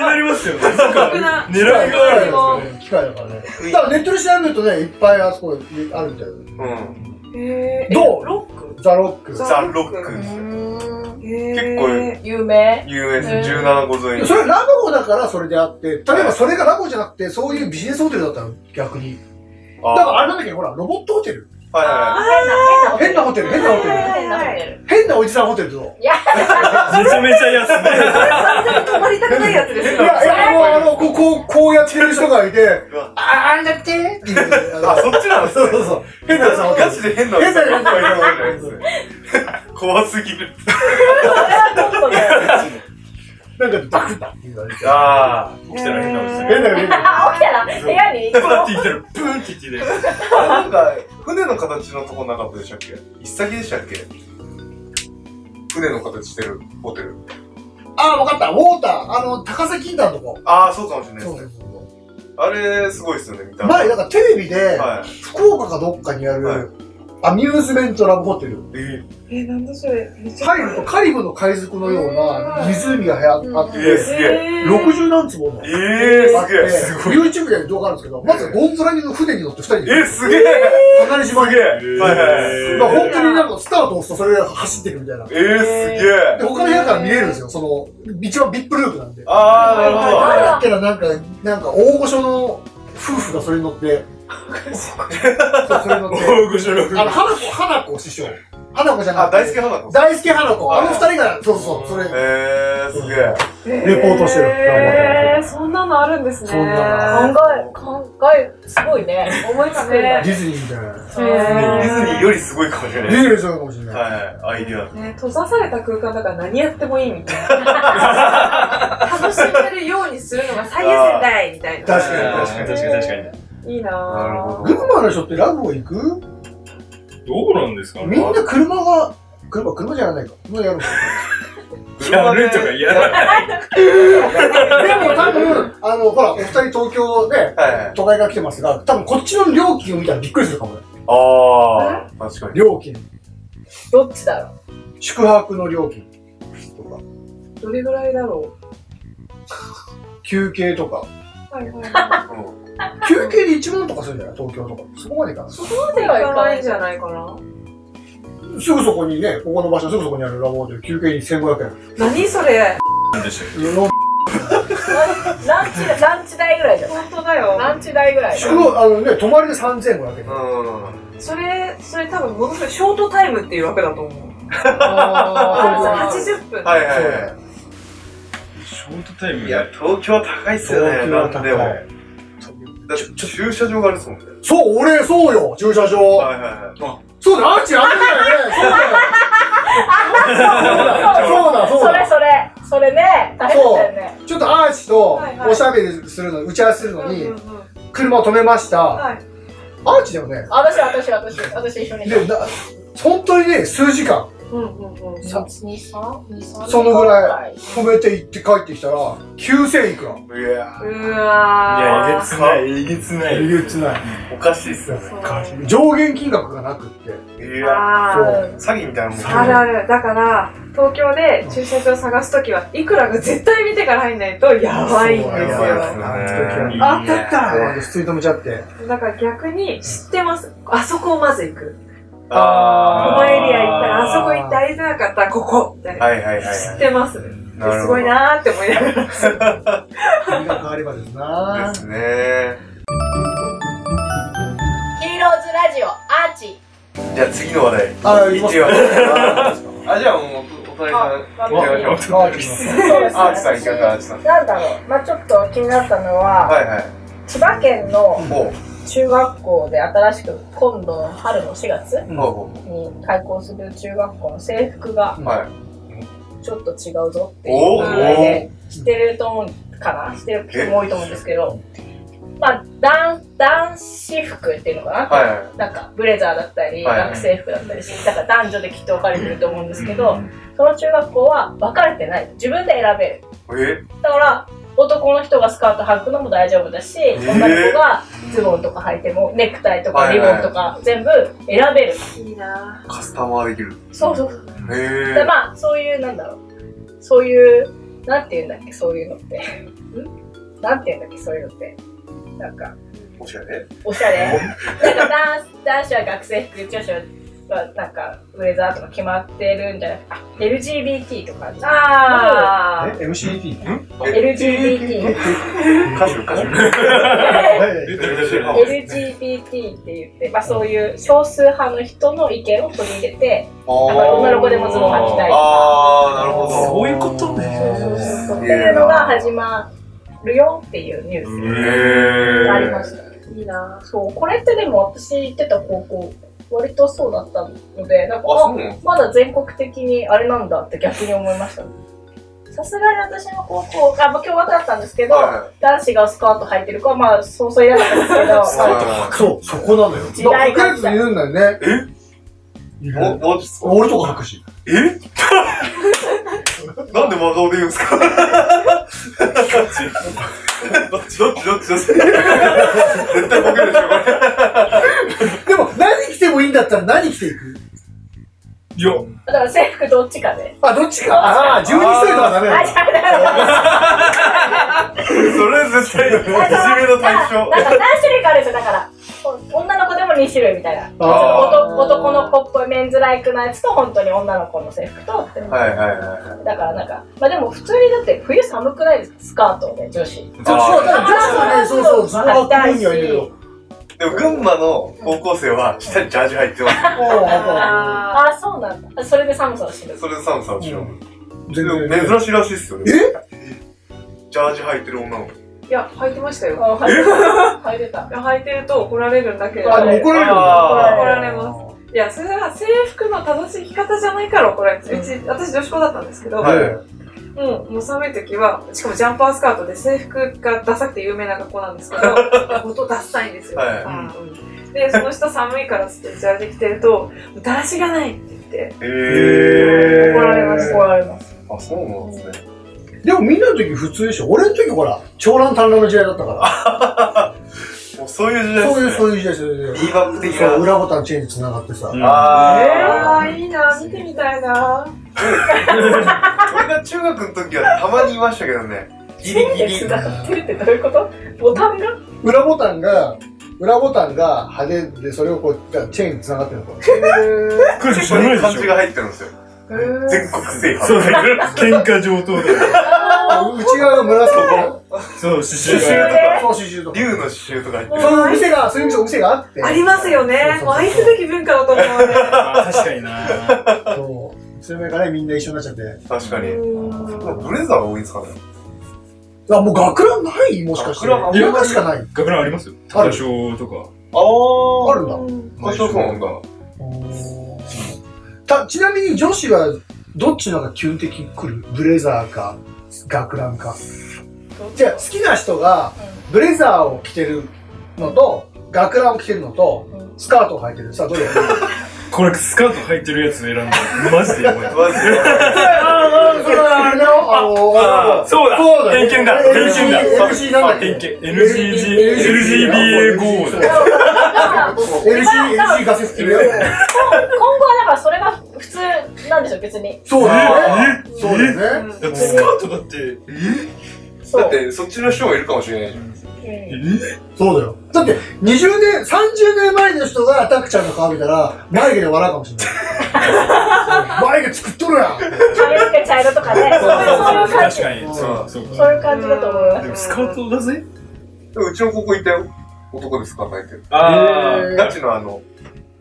Speaker 4: なりますよね。なんか
Speaker 5: 酷な
Speaker 4: 狙いがあるんですかね。
Speaker 1: 機械だからね
Speaker 2: すげえ。
Speaker 1: だからネットで調べるとねいっぱいあそこにあるみたいな
Speaker 2: うん。
Speaker 5: えー、
Speaker 1: どう
Speaker 5: ロック
Speaker 1: ザ・ロック
Speaker 2: ザ・ロック
Speaker 8: う
Speaker 2: ですね。
Speaker 8: ーん
Speaker 5: 結
Speaker 2: 構
Speaker 8: 有名。
Speaker 2: 有名です。17個沿いに
Speaker 1: そ。れラボだからそれであって、例えばそれがラボじゃなくて、そういうビジネスホテルだったら逆に。だからあれなんだっけど、ほら、ロボットホテル。
Speaker 2: はいはいはい。
Speaker 8: あ
Speaker 1: 変なホテル、変なホテル。
Speaker 8: 変なホテル。
Speaker 1: 変なおじさんホテルと。
Speaker 4: めちゃめちゃ安い。
Speaker 5: 完全に泊まりたくないやつで
Speaker 1: い
Speaker 5: すよ。
Speaker 1: や、いや、あの、あの、こう、こう、こうやってる人がいて、
Speaker 2: わ
Speaker 1: あ、あんだってーっていう
Speaker 2: あ、そっちなんです
Speaker 1: そう
Speaker 2: ね。
Speaker 1: そうそう。変なおじさんホテ
Speaker 2: ガ
Speaker 1: ル。
Speaker 2: チで変な
Speaker 1: 変なおじさんホ
Speaker 2: の
Speaker 1: テル。
Speaker 2: 怖すぎる。
Speaker 1: なんか、バクッって言われて。
Speaker 2: あ
Speaker 4: 起きたら変なおじさん。
Speaker 1: 変な、変な。
Speaker 8: あ、起きたら部屋に。
Speaker 4: ブーンって言ったら、ブーンって言ってたよ
Speaker 2: あ。なんか、船の形のとこなかったでしたっけ一先でしたっけ船の形してるホテル。
Speaker 1: あ、わかった。ウォーター。あの、高瀬金太のとこ。
Speaker 2: ああ、そうかもしれない
Speaker 1: そう
Speaker 2: で
Speaker 1: そ
Speaker 2: す
Speaker 1: う
Speaker 2: ね。
Speaker 1: そ
Speaker 2: あれ、すごいっすよね、見た
Speaker 1: う。前、なんかテレビで、
Speaker 2: は
Speaker 1: 福岡かどっかにあ
Speaker 2: はい
Speaker 1: る、アミューズメントラブホテル。
Speaker 2: い。え
Speaker 5: え、なんだそれ。 めっちゃ
Speaker 1: カリブのカリブの海賊のような湖がはやあって、
Speaker 2: ー、すげえ。
Speaker 5: えー
Speaker 1: 60何坪も
Speaker 2: えー、
Speaker 1: あっ
Speaker 2: す
Speaker 1: て
Speaker 2: げえ。すごい。
Speaker 1: YouTube で動画あるんですけど、まずゴンドラにの船に乗って2人
Speaker 2: え
Speaker 1: で、
Speaker 2: ー、すげえ。
Speaker 1: 離れ島に。
Speaker 2: すげえ。はいはい
Speaker 1: まあ
Speaker 2: はい。
Speaker 1: 本当になんかスタートを押すとそれが走っていくみたいな。
Speaker 2: えー、すげえ。
Speaker 1: で、他の部屋から見れるんですよ、その、一番ビップループなんで。
Speaker 2: あー、なるほど。
Speaker 1: あれだ ったらなんか、なんか大御所の夫婦がそれに乗って、そうそれに乗って、
Speaker 4: 大御所の
Speaker 1: あの、花子、花子師匠。花子じゃな
Speaker 2: あ、
Speaker 1: くて、
Speaker 2: 大好き花子。
Speaker 1: 大好き花子。あの二人が、そうそうそう、それ。
Speaker 2: えー、すげえ。
Speaker 1: レポートしてる
Speaker 5: えー、そんなのあるんですね。
Speaker 1: そんな
Speaker 8: 考え、考え、すごいね。
Speaker 5: 思いつくね。
Speaker 1: ディズニーみたいな。
Speaker 5: え
Speaker 2: ディ
Speaker 5: ー
Speaker 2: ズニーよりすごいかもしれ
Speaker 1: デ
Speaker 2: な
Speaker 1: ィ
Speaker 2: いで
Speaker 1: ズ
Speaker 2: す。
Speaker 1: ニーそうかもしれない。
Speaker 2: はい、アイディア。
Speaker 5: ね、閉ざされた空間だから何やってもいいみたいな。 楽しめるようにするのが最優先だいみたいな。
Speaker 1: 確かに確か
Speaker 4: 確かに確かに確か
Speaker 5: いいな
Speaker 2: なるほ
Speaker 5: ぁ。
Speaker 1: 群馬の人ってラブを行く
Speaker 4: に。どうなんですか
Speaker 1: みんな車が、車、車じゃないか。車やるの
Speaker 4: やるとかやらない。
Speaker 1: でも多分、あの、ほら、お二人東京で、
Speaker 2: はいはい。
Speaker 1: 都会から来てますが、多分こっちの料金を見たらびっくりするかもね。
Speaker 2: あー、確かに。
Speaker 1: 料金。
Speaker 8: どっちだろう。
Speaker 1: 宿泊の料金とか、
Speaker 5: どれぐらいだろ
Speaker 1: 休憩とか。
Speaker 5: う。はいはいはい。
Speaker 2: うん
Speaker 1: 休憩で1万とかするんじゃない東京とか。そこまでいかない。
Speaker 5: そこまで行かないんじゃないかな。
Speaker 1: すぐそこにね、ここの場所すぐそこにあるラボホテル、休憩に1500円。
Speaker 5: 何それ。
Speaker 8: ランチ、ランチ代ぐらいじゃない。
Speaker 5: 本当だよ。
Speaker 8: ランチ代ぐらい。
Speaker 1: 宿泊、あのね、泊まりで3500円。
Speaker 2: うん。
Speaker 5: それ、それ多分ものすごいショートタイムっていうわけだと思う。
Speaker 8: あー
Speaker 5: 80分。
Speaker 2: はいはいは
Speaker 4: ショートタイ
Speaker 2: い。
Speaker 4: ム
Speaker 2: いや、東京は高いっすよね、
Speaker 1: 東京は
Speaker 2: な
Speaker 1: 高
Speaker 2: ん
Speaker 1: い
Speaker 2: でも。だって駐車場があるっすもんね。
Speaker 1: そう、俺、そうよ、駐車場。
Speaker 2: はいはいはい。
Speaker 1: そうだ、アンチあんだよね。そうだよ。そうだ、そう
Speaker 8: そ
Speaker 1: だ。
Speaker 8: れそれ、それね、大変だよね。
Speaker 1: ちょっとアーチと
Speaker 5: はいはい
Speaker 1: おしゃべりするの、打ち合わせする
Speaker 5: うん
Speaker 1: の
Speaker 5: うん
Speaker 1: に
Speaker 5: う、ん
Speaker 1: 車を止めました。
Speaker 5: はい。
Speaker 1: アーチだよね。
Speaker 8: 私、私、私、私一緒に。
Speaker 1: で、な本当にね、数時間、
Speaker 5: うんうんうん。
Speaker 1: さ
Speaker 8: 二三二三
Speaker 1: そのぐら
Speaker 8: い。
Speaker 1: 止めて行って帰ってきたら、9000いくら。
Speaker 2: いや
Speaker 5: う
Speaker 4: いや、え
Speaker 5: わ
Speaker 4: げつない、えげつない。
Speaker 1: えげつない。
Speaker 2: ーおかしいっすよね。
Speaker 5: ー。
Speaker 1: 上限金額がなくって。
Speaker 2: い
Speaker 5: そう。
Speaker 2: や
Speaker 5: あ
Speaker 1: そ
Speaker 5: ー
Speaker 1: う
Speaker 2: ー詐欺みたいなもんね。
Speaker 5: あるある。だから、東京で駐車場探すときは、いくらが絶対見てから入んないとやばいんです
Speaker 1: そうやばいです
Speaker 5: よ。
Speaker 1: ね
Speaker 2: ね
Speaker 1: あったった普通に止めちゃ って。
Speaker 5: だから逆に知ってます。あそこをまず行く。こ
Speaker 2: あ
Speaker 5: のエリア行ったら、あそこ行ってありづらかったら、ここみたい
Speaker 2: ー。
Speaker 5: な。
Speaker 2: はいはいはい
Speaker 5: 知っ
Speaker 2: は
Speaker 5: てます。す
Speaker 2: い。なるほど。
Speaker 5: ごいなーって思いながら。
Speaker 1: 金額あればですな
Speaker 2: で。すね。
Speaker 8: ヒーローズラジオアーチ。
Speaker 2: じゃあ次の話題。
Speaker 1: あー
Speaker 2: 行
Speaker 1: 行
Speaker 2: っ
Speaker 1: き
Speaker 2: てよ
Speaker 1: ます
Speaker 2: あ、じゃあもう、お隣さん。行きましょう。
Speaker 1: あー来ます
Speaker 2: アーチさん行きましょう、アーチさん。
Speaker 7: なんだろう、まあ、ちょっと気になったのは、
Speaker 2: はいはい。
Speaker 7: 千葉県の
Speaker 2: ほう
Speaker 7: 中学校で新しく今度の春の4月
Speaker 2: ほうほ
Speaker 7: に開校する中学校の制服が
Speaker 2: う。はい。
Speaker 7: ちょっと違うぞっていう
Speaker 2: おお
Speaker 7: 問題で知ってると思うかな知ってる人も多いと思うんですけど、まあ、男男子服っていうのかな、
Speaker 2: はいはい。
Speaker 7: なんかブレザーだったり、
Speaker 2: はい
Speaker 7: 学生服だったりしてだから男女できっと分かれてると思うんですけど、その中学校は分かれてない自分で選べる
Speaker 2: え
Speaker 7: だから男の人がスカート履くのも大丈夫だし、
Speaker 2: ー
Speaker 7: 女の子がズボンとか履いてもネクタイとか
Speaker 2: はい
Speaker 7: リ
Speaker 2: は
Speaker 7: ボ
Speaker 2: い
Speaker 7: ンとか全部選べる、
Speaker 5: いいな
Speaker 2: カスタマーできる。
Speaker 7: そうそうそう、
Speaker 2: へえ
Speaker 7: でまあそういうなんだろうそういうなんて言うんだっけそういうのって んなんて言うんだっけそういうのってなんか
Speaker 2: おしゃれ
Speaker 7: おしゃ れなんか男子男子は学生服女子はなんかウェザーとか決まってるんじゃなくて LGBT とかあるじ
Speaker 5: ー。
Speaker 7: ゃん
Speaker 5: あー。
Speaker 1: え ?MCT?
Speaker 7: LGBT
Speaker 2: 歌手歌手。
Speaker 1: はい。
Speaker 7: LGBT って言って、まあ、そういう少数派の人の意見を取り入れてだから女の子でもズボン履きたいとか
Speaker 2: あー、なるほど。
Speaker 4: そういうことね
Speaker 7: そうそうそうそう
Speaker 2: す
Speaker 7: って
Speaker 2: げえな
Speaker 7: いうのが始まるよっていうニュースがありました、
Speaker 5: いいな
Speaker 7: そうこれってでも私行ってた高校割とそうだったのでなんか
Speaker 2: あ、そうな
Speaker 7: あ
Speaker 2: の
Speaker 7: まだ全国的にあれなんだって逆に思いましたさすがに私の高校が、まあ、共学だったんですけど、
Speaker 2: は
Speaker 7: 男子がスカート履いてる子はまあそうそういなかったんですけど
Speaker 2: いはい
Speaker 7: まあ
Speaker 2: は
Speaker 1: そう、そこなのよ。
Speaker 7: 時代が
Speaker 1: 若い人いるんだよね。
Speaker 2: いはい。お、マジっすか
Speaker 1: 俺とか白し。
Speaker 2: え なんで真顔で言うんですかどっちどっちどっちどっち絶対ボケるでしょ、これ。
Speaker 1: でも、何着てもいいんだったら何着ていく
Speaker 4: いや、
Speaker 7: だから制服どっちかで
Speaker 1: あ、どっちか。ああ、12歳とかダメ
Speaker 7: あ、
Speaker 1: だ
Speaker 7: 違
Speaker 1: よ。
Speaker 7: う、だから、
Speaker 2: それ絶対、いじめの対象。
Speaker 7: なんか何種類かあるんですよ、だから。女の子でも2種類みたいな。ちょっと
Speaker 2: あ
Speaker 7: 男男の子っぽいメンズライクなやつと、本当に女の子の制服とって。だ
Speaker 2: はいはいはい。
Speaker 7: からなんか、まあでも普通にだって冬寒くないですか、スカートで、女
Speaker 1: そう、
Speaker 7: 子。
Speaker 1: そう、だから女子はね、そうそう、ズボンはここにはいるけど。
Speaker 2: でも群馬の高校生は下にジャージ入ってます。
Speaker 1: おあ、
Speaker 5: あ
Speaker 7: あ、そうなんだ。それで寒さを知る。
Speaker 2: それで寒さをしよう。で
Speaker 1: 全
Speaker 2: も
Speaker 1: 然。
Speaker 2: 珍しいらしいっすよね。ジャージ履いてる女の子。
Speaker 5: ー。いや、履いてましたよ。
Speaker 7: あ、入れた。入れた。
Speaker 5: いや履いてると怒られるんだけど。
Speaker 1: あ、でも怒られるんだ。
Speaker 5: 怒
Speaker 7: あー
Speaker 5: られます。いや、それは制服の正しい着方じゃないから怒られるんです。うち、私女子校だったんですけど、
Speaker 2: はい
Speaker 5: もう、もう寒い時は、しかもジャンパースカートで制服がダサくて有名な学校なんです けど、音ダッサいんですよ。
Speaker 2: はい
Speaker 5: うんで、その人寒いからっつってジャージ着てると、だらしがないって言って、
Speaker 2: えー。
Speaker 5: 怒られました。
Speaker 7: 怒られます。
Speaker 2: あ、そうなんですね。
Speaker 1: でもみんなの時普通でしょ。俺の時ほら、長男短男の時代だったか
Speaker 2: もうそういう時
Speaker 1: ら。
Speaker 2: 代っ
Speaker 1: そういう、そう
Speaker 2: すね。
Speaker 1: いう時代、そういう時
Speaker 2: ビーバップ的
Speaker 1: 代。そう、
Speaker 2: な。
Speaker 1: 裏ボタンチェーンに繋がってさ。
Speaker 2: あ
Speaker 5: えー、いいな、見てみたいな。
Speaker 2: ー。俺が中学の時はたまにいましたけどね。ギリギリ。
Speaker 7: 繋がってるってどういうことボタンが
Speaker 1: 裏ボタンが、裏ボタンが派手で、それをこう、チェーンに繋がってるの。こう
Speaker 4: これ
Speaker 2: 結
Speaker 4: じゃな
Speaker 2: 構
Speaker 4: いで
Speaker 2: 漢
Speaker 4: し
Speaker 2: 字
Speaker 4: ょ。
Speaker 2: が入ってるんですよ。全国制覇。
Speaker 4: そうだよ。喧嘩上等だよ。
Speaker 1: 内側が紫で、
Speaker 4: そう、刺
Speaker 2: 刺
Speaker 4: 繍
Speaker 2: 繍
Speaker 4: が。
Speaker 1: そう、刺繍とか。
Speaker 2: 竜の刺繍とか入ってる。
Speaker 1: そういう店が、そういう店お店があって。
Speaker 5: ありますよね。
Speaker 1: そうそうそう
Speaker 5: もう愛すべき文化だ と思うね。
Speaker 4: あー確かにな。
Speaker 1: そう。それからみんな一緒になっちゃって。
Speaker 2: 確かに。
Speaker 5: うん
Speaker 2: ブレザーが多いんですかね。
Speaker 1: あ、もう学ランないもしかして。
Speaker 2: 学ラン
Speaker 1: 田舎しかない。
Speaker 4: 学ランありますよ。
Speaker 1: ある
Speaker 4: 多少とか。
Speaker 2: あー
Speaker 1: あるんだ。
Speaker 2: あ、そうなんだ。
Speaker 1: たちなみに女子はどっちのが基本的に来るブレザーか学ランかじゃあ好きな人がブレザーを着てるのと学ランを着てるのとスカートを履いてるさどれがいい
Speaker 4: これスカート履いてるやつ選んだのマジでやばい
Speaker 6: マジで
Speaker 1: あーそれはあれだよあのー
Speaker 4: そうだ
Speaker 1: そうだよ
Speaker 4: 偏見だ偏見だ
Speaker 1: LG なんだっけ
Speaker 4: 偏見
Speaker 1: LG、
Speaker 4: LGBA5 だ
Speaker 7: から今
Speaker 1: LG ガセスキル
Speaker 7: 後はだからそれが普通なんでしょ別に
Speaker 1: そうだね。
Speaker 4: え
Speaker 1: そうだね。
Speaker 4: えスカートだって
Speaker 7: そう
Speaker 2: だって、そっちの人もいるかもしれないじゃん。
Speaker 7: うん
Speaker 1: そうだよ。だって、20年、30年前の人がタクちゃんの顔見たら、眉毛で笑うかもしれない。眉毛作っとるやん。
Speaker 7: 髪の毛茶色とかねそういう感じ
Speaker 4: 確かにそうそうか
Speaker 7: そういう感じだと思いま
Speaker 4: ですもスカートだぜ
Speaker 2: でもうちの高校いたよ。男です考えてる。
Speaker 4: あ
Speaker 1: へー
Speaker 2: ガチのあの、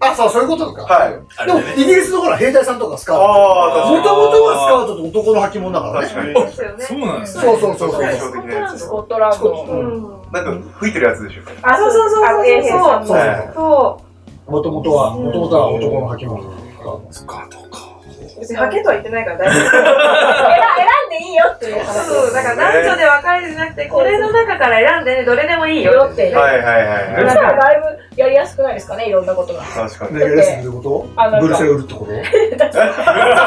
Speaker 1: あ、そう、そういうことか。
Speaker 2: はい。
Speaker 4: ああ
Speaker 1: で
Speaker 4: れ
Speaker 1: も、
Speaker 4: ね
Speaker 1: イギリスのほら、兵隊さんとかスカート。
Speaker 6: あ
Speaker 1: もともとはスカートと男の履物だからね。
Speaker 2: 確かに。
Speaker 5: そうですよね。
Speaker 4: そうなんですね
Speaker 1: そうそうそう
Speaker 2: 確
Speaker 1: そ
Speaker 2: か
Speaker 1: う
Speaker 2: に。象
Speaker 7: スコ
Speaker 2: 的なや
Speaker 7: ットランド
Speaker 2: つ
Speaker 7: ス。コットランド
Speaker 5: うん
Speaker 2: なんか、吹いてるやつでしょ。
Speaker 7: あ
Speaker 5: そうそうそうそう
Speaker 7: あ衛兵さんの
Speaker 1: そう
Speaker 2: は
Speaker 5: そ
Speaker 1: もともとは、もともとは男の履物。
Speaker 4: スカートか
Speaker 5: う。別にハケとは言ってないから大丈夫。
Speaker 7: 選選んでいいよっていう話
Speaker 5: そう、だから男女で分かれてなくて、これの中から選んでね、どれでもいいよ
Speaker 7: よ
Speaker 5: っ。
Speaker 7: ってて
Speaker 2: はいはいはい
Speaker 7: そ
Speaker 2: は
Speaker 7: し
Speaker 2: い。
Speaker 7: たらだいぶやりやすくないですかねいろんなことが
Speaker 2: 確か
Speaker 1: レ
Speaker 2: に。
Speaker 1: ギュレースってこ
Speaker 7: あな
Speaker 1: とブ
Speaker 7: ん
Speaker 1: ル
Speaker 7: か
Speaker 1: セル売るってこと
Speaker 7: そうそう
Speaker 5: ほら、や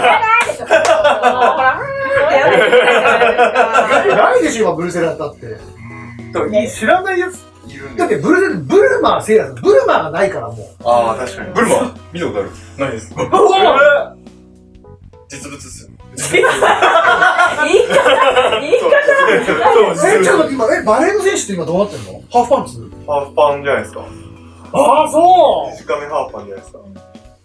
Speaker 5: らないといけないじゃないです か。
Speaker 1: ないでしょ、今、ブルセラーだって。
Speaker 2: でも
Speaker 7: ね
Speaker 2: 知らないやついるん
Speaker 1: だっ
Speaker 2: だよ。
Speaker 1: て、ブルセラブルマーセイラーブルマーがないから、もう。
Speaker 2: ああ、確かに。
Speaker 6: ブルマ見たことある
Speaker 4: ないです
Speaker 6: 実物っすよ
Speaker 7: 言い方言い方
Speaker 6: そう
Speaker 1: え、ちょっと
Speaker 6: 実
Speaker 1: 待って、今、え、バレーの選手って今どうなってんのハーフパンツ
Speaker 2: ハーフパンじゃないですか。
Speaker 1: ああ、そ
Speaker 2: 短めハーフパンじゃないですか。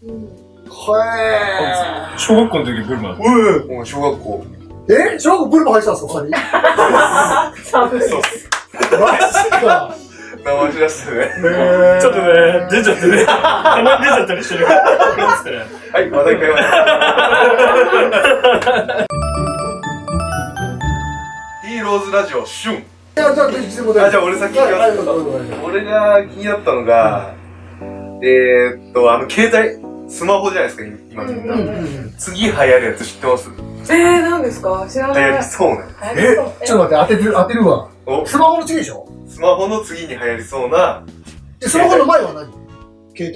Speaker 1: うへ
Speaker 4: 小学校の時ブルマ
Speaker 6: 物
Speaker 2: もう小学校。
Speaker 1: え。え、小学校ブルマ入ってたんですか、二人。
Speaker 7: 寒い
Speaker 2: そうっす。
Speaker 1: マジか。
Speaker 2: 名前知らせてね。
Speaker 4: ちょっとね出ちゃってねたまに出ちゃったり してるから
Speaker 2: はい、また一回また。いいローズ ラジオ、シュン。
Speaker 1: じゃあ、じゃあ、どっちでも大丈夫
Speaker 2: あじゃあ俺先行きます
Speaker 1: はいはいどうぞどうぞ
Speaker 2: 俺が気になったのが、えー、っと、あの、携帯、スマホじゃないですか、今みんな。
Speaker 1: うんうん
Speaker 2: 次流行るやつ知ってます流
Speaker 5: えー、何ですか知らない。
Speaker 2: 行りそうな。
Speaker 1: え、ちょっと待って、当ててる、当てるわ。
Speaker 2: お
Speaker 1: スマホの次でしょ
Speaker 2: スマホの次に流行りそうな、
Speaker 1: で、スマホの前は何携帯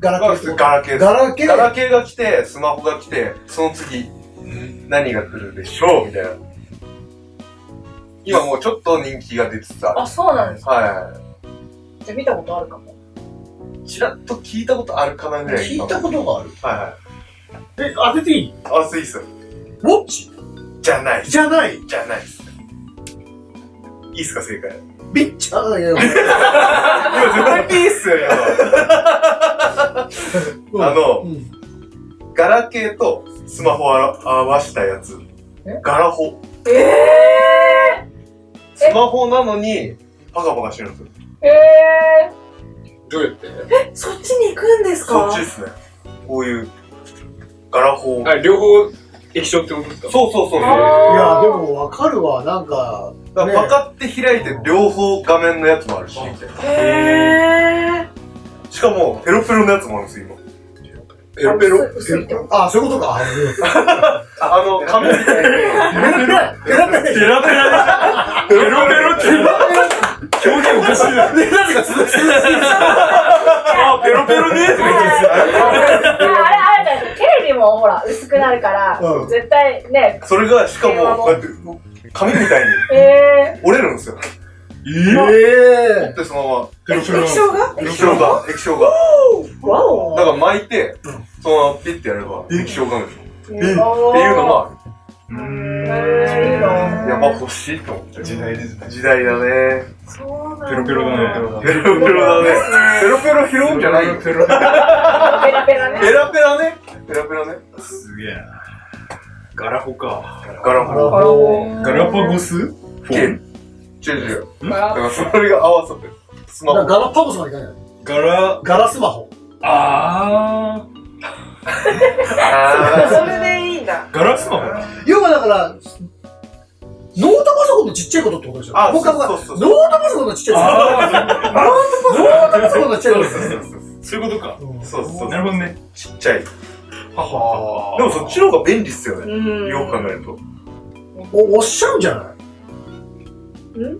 Speaker 1: ガラケーってこと
Speaker 2: ガラケーです
Speaker 1: ガラケー
Speaker 2: ガラケーが来て、スマホが来て、その次、何が来るでしょうみたいな。今もうちょっと人気が出つつある。
Speaker 7: あそうなんです
Speaker 2: は
Speaker 7: じゃあ見たことあるかも
Speaker 2: い。ちらっと聞いたことあるかなぐらい。
Speaker 1: 聞いたことがある。
Speaker 2: とはいはい。
Speaker 1: え、当てていい
Speaker 2: あ、スイス。
Speaker 1: ウォッチ
Speaker 2: じゃない。
Speaker 1: じゃない。
Speaker 2: じゃないっす。いいっすか、正解。
Speaker 1: ビッチあ、いや、
Speaker 2: 今絶対ピースよ、今。あの、
Speaker 1: うん
Speaker 2: ガラケーとスマホをあら合わしたやつ。ガラホ。
Speaker 7: え
Speaker 2: スマホなのに、パカパカしてるんですよ。
Speaker 7: ー、えー、
Speaker 6: どうやって
Speaker 5: そっちに行くんです
Speaker 2: そ
Speaker 5: か
Speaker 2: っちですね。こういう、ガラホを。
Speaker 6: あ両方液晶ってことですか
Speaker 2: そうそうそう。だ
Speaker 1: い
Speaker 7: あ
Speaker 1: や、でもわかるわ、なんか。
Speaker 2: からパカって開いて両方画面のやつもあるし、みたいな
Speaker 5: へ
Speaker 2: しかも、ペロペロのやつもあるんですよ、今。
Speaker 6: ペロペロ
Speaker 7: ー薄いってこ
Speaker 1: あ、そういうことか。
Speaker 2: ああの、紙みたい
Speaker 1: ペラペラペラペラ
Speaker 4: ペラペラでペロペロって表現おかしいなあペロペロねとか言ってますよ
Speaker 7: とあれあれだよテレビもほら薄くなるから、
Speaker 1: うん
Speaker 7: 絶対ね
Speaker 2: それが、しかも、こうやって、紙みたいに
Speaker 7: え
Speaker 2: 折れるんですよ。
Speaker 1: ええ
Speaker 2: で、そのまま。
Speaker 4: ペロペロなんで
Speaker 5: ー。液
Speaker 4: す
Speaker 5: 晶が
Speaker 2: 液晶が、液晶が。
Speaker 7: ー、わお
Speaker 2: だから巻いて、そのままピッてやれば、液晶画面。って
Speaker 7: えっていうの
Speaker 2: いうのもあ
Speaker 7: えー、い
Speaker 2: る。
Speaker 7: い
Speaker 2: いや、
Speaker 7: の
Speaker 2: まあ欲しいと思って。
Speaker 4: 時代ですね
Speaker 2: 時代だね。
Speaker 5: そうなんだ。
Speaker 4: ペロペロだね
Speaker 2: ペロペロだね。ペロペロ拾うんじゃないよ。ペ
Speaker 7: ペラペラね
Speaker 2: ラペラね。ペラペラね。
Speaker 4: すげえなガラホか
Speaker 2: ガラ
Speaker 1: ー。
Speaker 2: ガラ。
Speaker 4: ガラパゴスフォン
Speaker 2: 違う違う。だからそれが合わさってる。スマ
Speaker 1: だから
Speaker 2: ホ。
Speaker 1: ガラパゴスまでいかないの
Speaker 4: ガラ
Speaker 1: ガラスマホ。
Speaker 4: あ
Speaker 2: あ
Speaker 5: それでいいんだ。
Speaker 4: ーガラスマホ
Speaker 1: 要はだから、ノートパソコンのちっちゃいことってことでしょ
Speaker 2: あ
Speaker 1: 僕は
Speaker 2: そ
Speaker 1: ノー
Speaker 2: うそ
Speaker 1: ト
Speaker 2: うそう
Speaker 1: パソコンのちっちゃいこと。ノートパソコンのちっちゃいことですよ。
Speaker 4: そういうことか
Speaker 2: そうそうそう。
Speaker 4: なるほどね
Speaker 2: ちっちゃい。で
Speaker 4: はは
Speaker 2: もそっちの方が便利っすよね。
Speaker 5: ん
Speaker 2: よく考えると。
Speaker 1: お、おっしゃるんじゃない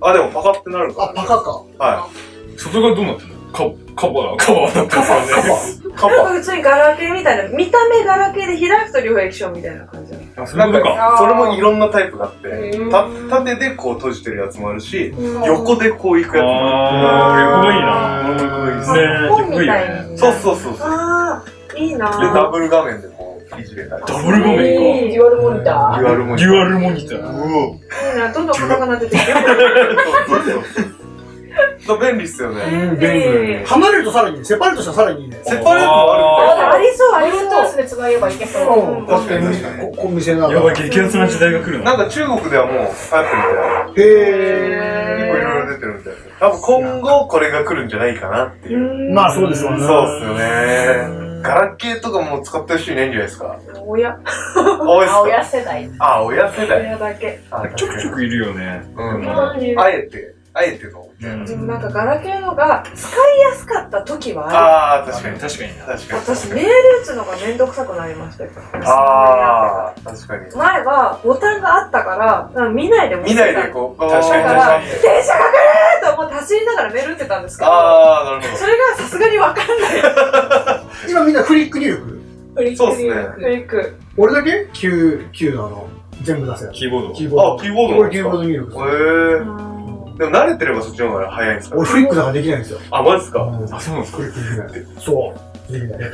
Speaker 2: あ、でもパカってなる
Speaker 1: あ、
Speaker 2: か
Speaker 1: パカか。
Speaker 2: ら。は
Speaker 4: 外側どうなってんのカカバーカバーなんかさね
Speaker 2: カ
Speaker 5: なん
Speaker 2: ッ
Speaker 5: か普通にガラケーみたいな、見た目ガラケーで開くと両液晶みたいな感じなの。
Speaker 2: パ
Speaker 4: そういうことか
Speaker 2: なんそれもいろんなタイプがあって
Speaker 7: うん
Speaker 2: た縦でこう閉じてるやつもあるし
Speaker 7: うん
Speaker 2: 横でこういくやつもあるうん
Speaker 4: あー、かっこいいな。
Speaker 7: 本みたいに。
Speaker 2: そうそうそうそう
Speaker 5: ああ、いいな
Speaker 2: でダ
Speaker 5: ぁ。
Speaker 2: ブル画面でこういじれたり
Speaker 4: ダブル画面か。
Speaker 7: いいデュアルモニタ
Speaker 2: デュアルも
Speaker 4: デュアルモニター。
Speaker 5: いいなどんどん硬くなってってる。
Speaker 2: そうそうそう便利っすよね
Speaker 1: うん
Speaker 5: ええ
Speaker 1: 離れるとさらに、セパレートしたらさらにいいね。
Speaker 2: セパレートもある
Speaker 5: ありそう、
Speaker 7: ー。
Speaker 5: あ
Speaker 7: ワ
Speaker 5: り
Speaker 7: イル
Speaker 5: そ
Speaker 7: トー
Speaker 5: う。
Speaker 7: スで繋げばいけそう。
Speaker 1: うん、だって、
Speaker 2: 確かに
Speaker 1: こ、こ見せなが
Speaker 4: やばい、
Speaker 1: ら。
Speaker 4: 激アツな時代が来る
Speaker 2: な
Speaker 4: な。
Speaker 2: んか中国ではもう流行ってるみたい
Speaker 1: へえ。
Speaker 2: 結構いろいろ出てるみたいです多分今後これが来るんじゃないかなっていう
Speaker 1: まあそうですよね。
Speaker 2: そうっすよねガラケーとかもう使ってる人いないんじゃないですか
Speaker 5: 親、
Speaker 2: 多いっす
Speaker 7: 青
Speaker 2: か
Speaker 7: や世代。
Speaker 2: あ親世代
Speaker 5: 親だけ。
Speaker 2: あ
Speaker 4: ちょくちょくいるよね。
Speaker 2: うん
Speaker 5: うん
Speaker 2: あえてあえてのみたいな
Speaker 5: でもなんかガラケーのが使いやすかった時はある。
Speaker 2: ああ確かに
Speaker 4: 確かにな。
Speaker 2: 確かに
Speaker 5: 私、メール打つのがめんどくさくなりましたよ。
Speaker 2: ああ確かに
Speaker 5: 前はボタンがあったから、なんか見ないでも
Speaker 2: 見ないでこう確
Speaker 4: か
Speaker 5: だ
Speaker 4: に
Speaker 5: から、
Speaker 4: 確
Speaker 5: 電車が来ると思って走りながらメール打ってたんですけど、
Speaker 2: ああなるほ
Speaker 5: それがさすがにわかんない。
Speaker 1: 今みんなフリック入力。
Speaker 7: フリッ
Speaker 2: そうっ
Speaker 7: ク
Speaker 2: すね
Speaker 7: リュ
Speaker 5: フリック。
Speaker 1: 俺だけ ?9、9のあの、全部出せる。
Speaker 4: キーボード。
Speaker 1: キー
Speaker 2: ど
Speaker 1: ボ
Speaker 2: あ
Speaker 1: ー
Speaker 2: キーボー
Speaker 1: ド。
Speaker 2: ドな
Speaker 1: 俺
Speaker 2: んで
Speaker 1: キ
Speaker 2: す
Speaker 1: ーボー
Speaker 2: か
Speaker 1: ド入力
Speaker 2: へ
Speaker 1: する。
Speaker 2: えでも慣れてればそっちの方が早いんですか
Speaker 1: 俺フリックなんかできないんですよ。
Speaker 2: あマジっすか
Speaker 1: うん
Speaker 4: あ、そうなんですか。
Speaker 1: フリックできない。そう。できない。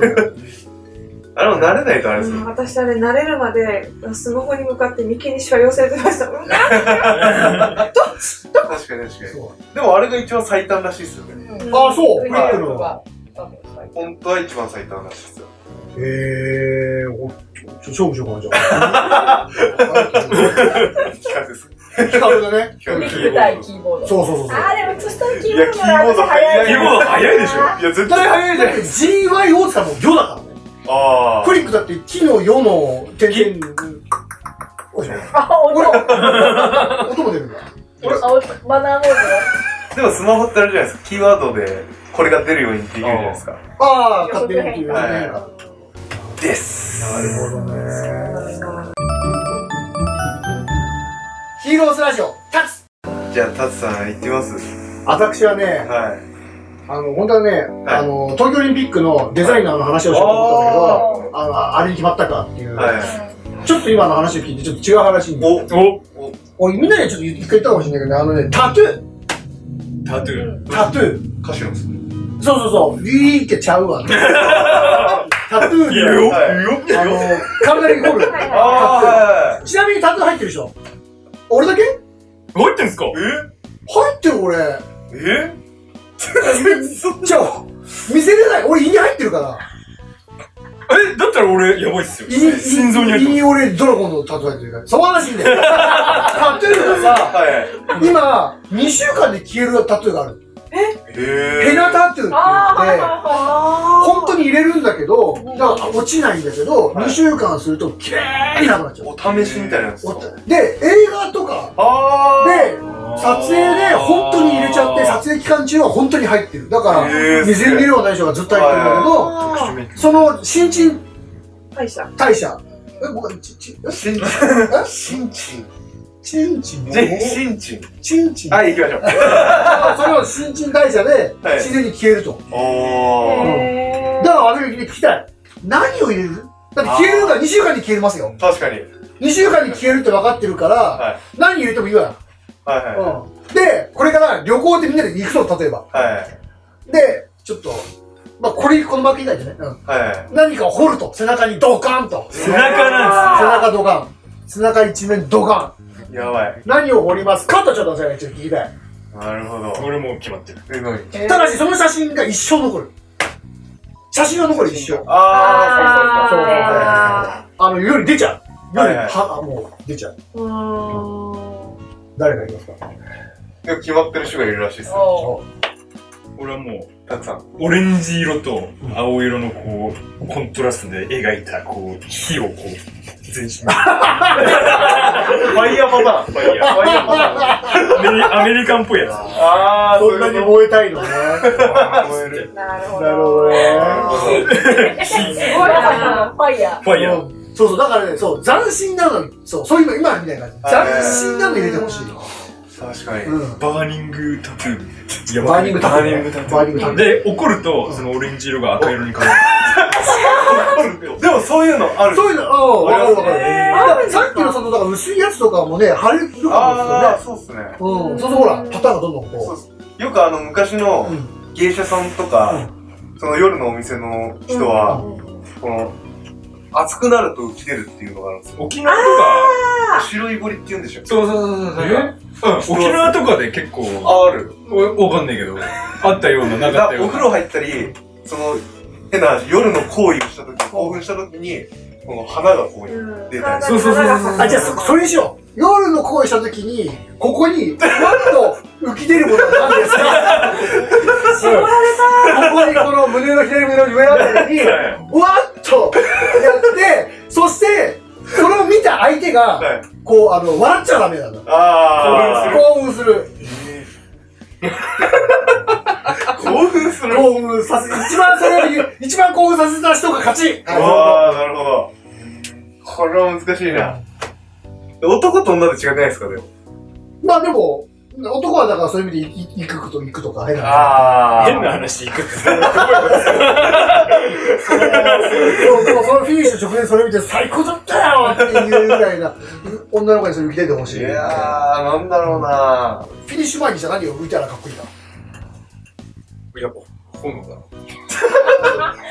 Speaker 2: あれも慣れないとあれです
Speaker 5: う
Speaker 2: よ
Speaker 5: ん私あれ慣れるまでスマホに向かって眉間にしわ寄せてました。うん
Speaker 2: 確かに確かに
Speaker 1: そう
Speaker 2: でもあれが一番最短らしいですよね
Speaker 1: あ、そう。フリックの。
Speaker 7: は
Speaker 2: 本当は一番最短らしいですよ
Speaker 1: へえー、おちょ、ちょ、勝負しようかな、じゃあ。
Speaker 2: 企画です
Speaker 1: 企画だね。
Speaker 2: 企画
Speaker 7: フリック対キーボード。
Speaker 1: そうそうそうそう。
Speaker 7: あー、でも、そしたらキ
Speaker 2: い
Speaker 7: ーボ
Speaker 2: や
Speaker 7: ー
Speaker 2: キ
Speaker 7: ド
Speaker 2: ーボード早い
Speaker 4: キーボード早いでしょ。
Speaker 2: いや絶対早いじゃ
Speaker 1: だっ
Speaker 2: ない
Speaker 1: て GY を使うの魚だからね。
Speaker 2: あ
Speaker 1: フリックだって木の世の点々。おいしょ。
Speaker 7: あ、音。
Speaker 1: 音も出るんだ。
Speaker 7: あ、音マナーモー
Speaker 2: あでもスマホってあるじゃないですかキーワードでこれが出るようにできるじゃないですか
Speaker 1: ああ、勝手にっていう。
Speaker 2: はい
Speaker 1: なる
Speaker 2: です
Speaker 1: ほどね。
Speaker 5: あ
Speaker 1: ヒーロースラジオ、立つ
Speaker 2: じゃあタツさん行ってみます
Speaker 1: 私はね、
Speaker 2: はい
Speaker 1: あの、本当はね、
Speaker 2: はい
Speaker 1: あの、東京オリンピックのデザイナーの話をしようと思ったんだけど、あの、あれに決まったかっていう、
Speaker 2: はい
Speaker 7: ー
Speaker 1: ちょっと今の話を聞いて、ちょっと違う話に。
Speaker 2: お
Speaker 4: お
Speaker 1: おい、みんなにはちょっと一回言ったかもしれないけどね、あのね、タトゥー
Speaker 4: タトゥー。
Speaker 1: タトゥー
Speaker 2: 歌手の人
Speaker 1: そうそうそう、ビーってちゃうわ、ね。 タトゥー
Speaker 4: いるよ
Speaker 1: で、あの、体に彫る。
Speaker 5: はいは
Speaker 2: あ
Speaker 5: い
Speaker 1: ちなみにタトゥー入ってるでしょ俺だけ
Speaker 4: 入ってんすか
Speaker 1: 入ってる俺。
Speaker 2: ーえ
Speaker 1: じゃあ、見せれない。俺胃に入ってるから。
Speaker 4: え、だったら俺、やばいっすよ。
Speaker 1: 胃に、
Speaker 4: 心臓に入
Speaker 1: 胃
Speaker 4: って
Speaker 1: に俺ドラゴンのタトゥー入ってるから。その話いいんだよ。タトゥーが さ、
Speaker 2: はい
Speaker 1: 今、2週間で消えるタトゥーがある。
Speaker 2: へ
Speaker 1: ヘナタトゥーって言
Speaker 7: あー、はいはい
Speaker 1: って、
Speaker 7: は
Speaker 1: 本当に入れるんだけど、だから落ちないんだけど、
Speaker 2: はい
Speaker 1: 2週間すると綺麗になくなっちゃう。
Speaker 2: お試しみたいなやつ
Speaker 1: おで、映画とか
Speaker 2: あー
Speaker 1: で、撮影で本当に入れちゃって、撮影期間中は本当に入ってる。だから、
Speaker 2: へー
Speaker 1: 水に入れる大将がずっと入ってるんだけど、
Speaker 5: あ
Speaker 1: その新陳
Speaker 5: 大した。
Speaker 1: 代謝。え、ごめん、ち、ち、え
Speaker 2: しんちん。しんちん。
Speaker 1: 新陳
Speaker 2: じゃ、しんちん。
Speaker 1: 新陳。
Speaker 2: はい、行きましょ
Speaker 1: それを新陳代謝で
Speaker 2: はい
Speaker 1: 自然に消えると。
Speaker 2: う。おー。
Speaker 5: へ
Speaker 1: だか
Speaker 5: ー
Speaker 1: ら私が聞きたい。何を入れるだって消えるのが2週間に消えますよ。
Speaker 2: 確かに。
Speaker 1: 2週間に消えるって分かってるから、
Speaker 2: は
Speaker 1: 何入れてもいいわ
Speaker 2: はいはい
Speaker 1: よ、うん。で、これから旅行でみんなで行くと、例えば。
Speaker 2: はい。
Speaker 1: で、ちょっと、まあ、これ、このバッグ以外じゃない、うん、
Speaker 2: はい。
Speaker 1: 何かを掘ると、背中にドカンと。背
Speaker 4: 背中なん
Speaker 1: 中ドカン。背中一面ドカン。
Speaker 2: やばい。
Speaker 1: 何を掘りますかとちょっと私が一応聞きたい。
Speaker 2: なるほど
Speaker 4: です。。俺もう決まってる。
Speaker 2: えのい。
Speaker 7: い。
Speaker 1: ただし、その写真が一生残る。写真が残る、一生。
Speaker 2: あ
Speaker 1: そう
Speaker 5: あ
Speaker 1: あの、夜出ちゃう。
Speaker 2: は
Speaker 1: 夜、
Speaker 2: いはい
Speaker 1: はあもう出ちゃう。
Speaker 5: ーうーん
Speaker 1: 誰がいますか
Speaker 2: ー、そうそうそう。でも決まってる人がいるらしいですよ。
Speaker 7: お
Speaker 4: 俺はも
Speaker 2: たくさん。
Speaker 4: う、オレンジ色と青色のこう、コントラストで描いた、こう、火をこう、全身に。
Speaker 2: ファイヤーパターン。ファイヤー。ファイヤーパターン。
Speaker 4: アメリアメリカンっぽいやつ。
Speaker 2: あー、
Speaker 1: そんなに
Speaker 2: ういうこ
Speaker 1: 燃えたい のね。
Speaker 2: と燃える。
Speaker 5: なるほ
Speaker 1: なる
Speaker 5: ど。
Speaker 1: ほど
Speaker 2: なる
Speaker 1: ね。
Speaker 2: ほど。
Speaker 7: すごいな。ファイヤ
Speaker 4: ファイヤー。
Speaker 1: うんそうそう、だからね、そう、斬新なの、そう、そう今、今みたいな感じ。
Speaker 2: はい
Speaker 1: 斬新なの入れてほしい。
Speaker 2: 確かに。
Speaker 1: うん。
Speaker 4: バーニングタトゥー。いや
Speaker 1: バーニングタトゥーねバーニングタトゥー
Speaker 4: で、怒ると、そのオレンジ色が赤色に変わ
Speaker 2: でもそういうのある。
Speaker 1: そういうの、うん、わかるわかる。だからさっきのその、だから薄いやつとかもね、貼れるかもしれ
Speaker 2: あ
Speaker 1: な
Speaker 2: あ、そうっすね。
Speaker 1: い。うん。そうするとほら、パターンがどんどん
Speaker 2: そう
Speaker 1: こ
Speaker 2: っすよくあの、昔の
Speaker 1: う。
Speaker 2: 芸者さんとか、その夜のお店の人は、この、熱くなると浮き出るっていうのがあるんです
Speaker 4: る。
Speaker 2: よ。
Speaker 4: 沖縄とか、
Speaker 2: 白いぼりって言うんでしょ
Speaker 4: そうそうそうそう。うん、沖縄とかで結構、
Speaker 2: ある。
Speaker 4: おわかんないけど、あったような、
Speaker 2: だ
Speaker 4: なかっ
Speaker 2: から
Speaker 4: たよう
Speaker 2: お
Speaker 4: な。
Speaker 2: 風呂入ったり、その、変な話、夜の行為をした時、興奮した時に、この花がこういう。出たり
Speaker 4: そうそうそうそう
Speaker 1: あ、じゃあそ、それにしよう。夜の恋したときに、ここに、ふわっと浮き出るものが何ですか
Speaker 5: 絞られ
Speaker 1: ここにこの胸の左胸の上あたりに、わっとやって、そして、それを見た相手が、
Speaker 2: はい。
Speaker 1: こう、あの、笑っちゃダメなんだ。
Speaker 2: あ
Speaker 1: 興奮する。
Speaker 2: あ。 興奮する。
Speaker 1: 興奮させ、一番それを言う、一番興奮させた人が勝ち。
Speaker 2: ああ、なるほど。これは難しいな。男と女で違くないですか、でも。
Speaker 1: まあでも、男はだからそういう意味で、いいくと行くとか、変な話。
Speaker 2: あ
Speaker 4: 変な話いくつ
Speaker 1: そうでもそのフィニッシュ直前それ見て最高だったよっていうぐらいな、女の子にそれ浮き出てほしい。
Speaker 2: いやー、なんだろうな
Speaker 1: フィニッシュ前にじゃ何を浮いたらかっこいいな。
Speaker 4: やっぱ、炎だな。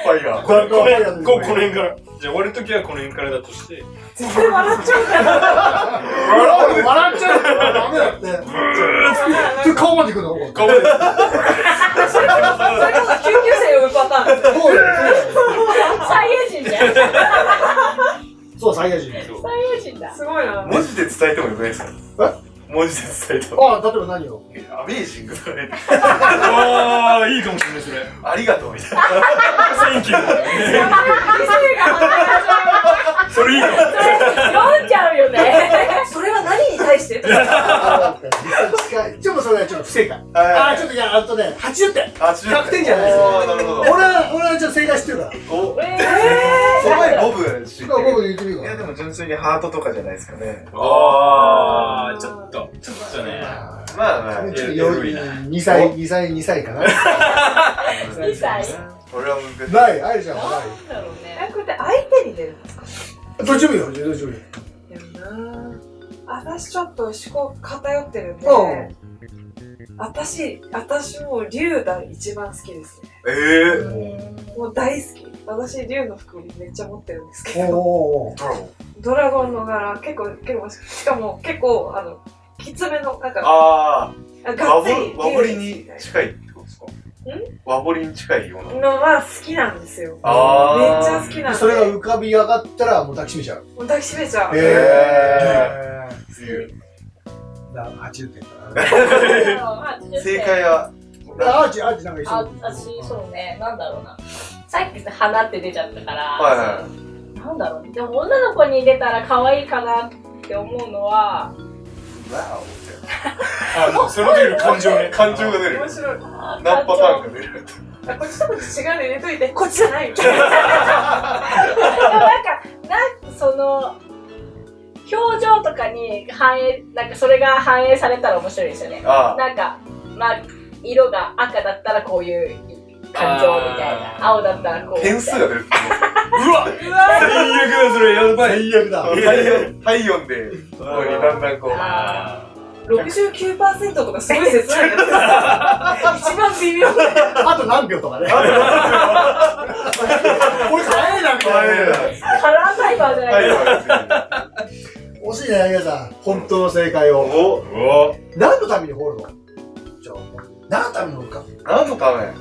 Speaker 2: ファイヤー。
Speaker 1: これ、これ、
Speaker 4: こ、この辺から。じゃあ、終わるときはこの辺からだとして。
Speaker 5: た。それ笑っちゃうんだ
Speaker 1: 笑っちゃうからダメだって。で、顔まで行くのもう、
Speaker 4: 顔まで。
Speaker 5: それこそ救急車呼ぶパターン。
Speaker 1: そうだよ
Speaker 7: サイヤ人じゃん。サイ
Speaker 1: そう、最大人。
Speaker 7: ヤ人だ。
Speaker 5: すごいな。
Speaker 2: 文字で伝えてもよくないですか文字で伝えても。
Speaker 1: ああ、例えば何を
Speaker 2: アメージングだね。
Speaker 4: ああ、いいかもしれない、それ。
Speaker 2: ありがとうみたいな。
Speaker 4: センキュー。それいいの
Speaker 7: 読んじゃうよね。
Speaker 5: それは何に対して
Speaker 1: ああ、近い。ちょっとそれはちょっと不正解。あ
Speaker 2: あ
Speaker 1: あ、ちょっとじゃあ、あとね、80点。
Speaker 2: 100
Speaker 1: 100点じゃないです
Speaker 2: あーなるほど
Speaker 1: 俺。は、俺はちょっと正解してるから。
Speaker 2: お
Speaker 7: え
Speaker 2: その前5分知って
Speaker 1: 今僕で言ってみる
Speaker 2: るい
Speaker 1: か
Speaker 2: や、
Speaker 1: ら。
Speaker 2: でも純粋にハートとかじゃないですかね。
Speaker 4: ああ、ちょっと、ちょっとね。
Speaker 2: まあまあ、
Speaker 1: ちょっとより2歳、2歳、2歳かな。
Speaker 7: ー、2歳。
Speaker 2: これは難しい。
Speaker 1: ない、あるじゃん、な
Speaker 7: なんだろうね。
Speaker 5: え、これって相手に出るんですか
Speaker 1: い。どっちもいいよ、どっちもいいよ。
Speaker 5: 私ちょっと思考偏ってるんで、
Speaker 1: うん
Speaker 5: 私、私もう竜が一番好きですね。
Speaker 2: ええー。
Speaker 5: もう大好き。私、竜の服めっちゃ持ってるんですけど、
Speaker 1: おーおーおー
Speaker 2: ドラゴン。
Speaker 5: ドラゴンの柄、結構、結構、しかも結構、あの、きつめの、なんか、
Speaker 2: あ
Speaker 5: あ
Speaker 2: あ、
Speaker 5: が
Speaker 2: 和
Speaker 5: っつり
Speaker 2: 彫和彫り
Speaker 5: 竜
Speaker 2: に
Speaker 5: です
Speaker 2: 近いってことですか和彫りに近いような。
Speaker 5: のは好きなんですよ。めっち
Speaker 2: あー
Speaker 5: ゃ好きなんで、
Speaker 1: それが浮かび上がったら、もう抱きしめちゃう。
Speaker 5: もう抱きしめちゃう。
Speaker 2: へ
Speaker 1: だ80点か
Speaker 2: 正解は、
Speaker 1: な。アーチ、アーチなんか一緒
Speaker 7: あ、私、そうね、なんだろうな。さっきさ、花って出ちゃったから、
Speaker 2: はいは
Speaker 7: なんだろうね。でも女の子に出たら可愛いかなって思うのは、
Speaker 2: わ
Speaker 4: あもうその時の感情ね。
Speaker 2: お感情が出る。
Speaker 5: 面白い。
Speaker 7: 何
Speaker 2: 何パターンか出る。
Speaker 5: あこっちとこっち違うの入れといて、こっちじゃないみたいな。
Speaker 7: でもなんか、なんその、表情とかに反映、なんかそれが反映されたら面白いですよね。
Speaker 2: あ
Speaker 7: なんか、まあ、色が赤だったらこういう感情みたい
Speaker 4: あ
Speaker 7: な。
Speaker 4: ー
Speaker 7: 青だったらこうみたい
Speaker 2: 点
Speaker 7: な。
Speaker 2: 数が出るって
Speaker 4: うわ
Speaker 5: うわ
Speaker 4: 最悪だ、それ。やばい。
Speaker 1: 最悪だ。
Speaker 2: こと。体温で、こうだんだんこう。
Speaker 7: あ
Speaker 5: 69%とかすごい切ないやつ一番微妙だよ
Speaker 1: あと何秒とかね。俺、早いな、みたいな。
Speaker 2: あれ
Speaker 7: ーカラーサイバーじゃない
Speaker 2: 体
Speaker 7: です
Speaker 2: 温が
Speaker 1: 惜しいね、皆さん。本当の正解
Speaker 2: 出る。
Speaker 1: を。
Speaker 2: お
Speaker 4: お
Speaker 1: 何のために掘るのじゃあ、何のために掘るか。
Speaker 2: 何のため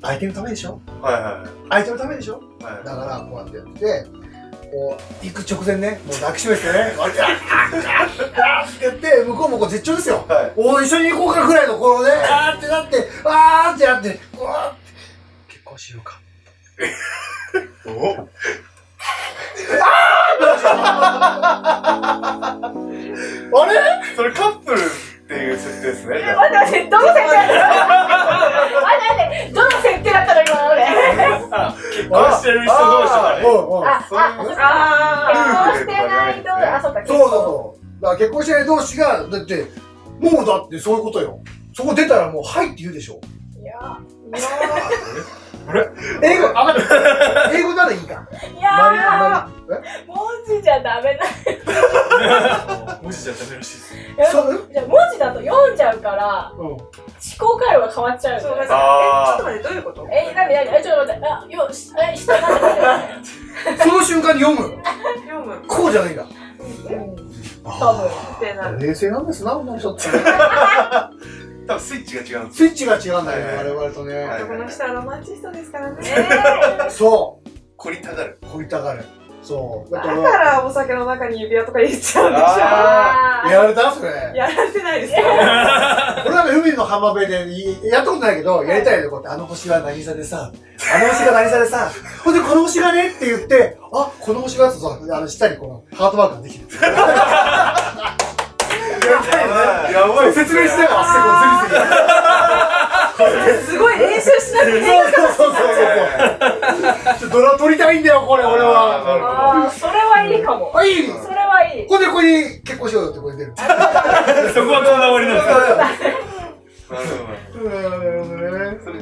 Speaker 1: 相手のためでしょ
Speaker 2: はいは
Speaker 1: 相手のためでしょ
Speaker 2: いはい。
Speaker 1: だから、こうやってやって、こう、行く直前ね、もう抱きしめてね、あれあああってやって、向こうもこう絶頂ですよ。
Speaker 2: はい。
Speaker 1: お一緒に行こうかぐらいの頃 ね、あーってなって、あーってなって、うわーって、結婚しようか。
Speaker 2: お
Speaker 1: あれ
Speaker 2: それカップルっていう設定ですね。
Speaker 7: 待って待って、どの設定だったの待って待って、どの設定だったの今の俺。
Speaker 4: 結婚してる人同士だね。
Speaker 1: うんうん。
Speaker 7: あ、あ、
Speaker 2: そういう
Speaker 7: 結婚してないと、あ、そうか、
Speaker 1: そうそうそだから結婚してない同士が、だって、もうだってそういうことよ。そこ出たらもう、はいって言うでしょ。
Speaker 7: いや
Speaker 1: 英語、あわかった。英語ならいいか。
Speaker 7: ーいやー文字じゃダメ な
Speaker 4: 文字じゃダメらしいです。
Speaker 1: そう
Speaker 7: じゃあ文字だと読んじゃうから
Speaker 1: うん。
Speaker 7: 思考回路が変わっちゃう
Speaker 5: そう
Speaker 7: よ
Speaker 5: なん
Speaker 7: ね
Speaker 5: かえ、ちょっと待って、どういうこと
Speaker 7: えなになにえちょっと待ってあよしえ下なんだ
Speaker 1: その瞬間に読む。
Speaker 5: 読む
Speaker 1: こうじゃないんだ。
Speaker 7: 多分
Speaker 5: ってなる。
Speaker 1: 冷静なんですな、この人って。
Speaker 2: 多分スイッチが違うんです
Speaker 1: スイッチが違うんだよね、
Speaker 2: はい
Speaker 1: 我々と
Speaker 2: は
Speaker 1: ね。
Speaker 5: 男の人はロマンチストですからね。
Speaker 7: え
Speaker 1: そ
Speaker 2: 凝りたがる
Speaker 1: う。凝りたがる。そう。だ
Speaker 5: だ
Speaker 1: か、
Speaker 5: かららお酒の中に指輪とか入れちゃうんでし
Speaker 7: あー
Speaker 1: やられたそれ
Speaker 5: ょ。。やらせないですよ。
Speaker 1: 俺なんか海の浜辺でいやったことないけど、やりたいよ、こうやって、あの星は何座でさ、あの星が何座でさ、ほんで、この星がねって言って、あ、この星がってさ、あの、下にこのハートマークができる。やりたいよね。
Speaker 2: やばいっすね
Speaker 1: 説明しながら、すぐ、すぐ、
Speaker 5: すごい練習しなくていいのか
Speaker 1: そうそうそうそう そう。ドラ撮りたいんだよ、これ、俺
Speaker 2: あーなるほ
Speaker 1: は。
Speaker 7: あーそれはいいかも
Speaker 1: はい。
Speaker 7: それはいい
Speaker 1: ほんで、ここに結婚しようよって、これ出る。
Speaker 4: そこはこだわりなんです
Speaker 2: なるほどそれ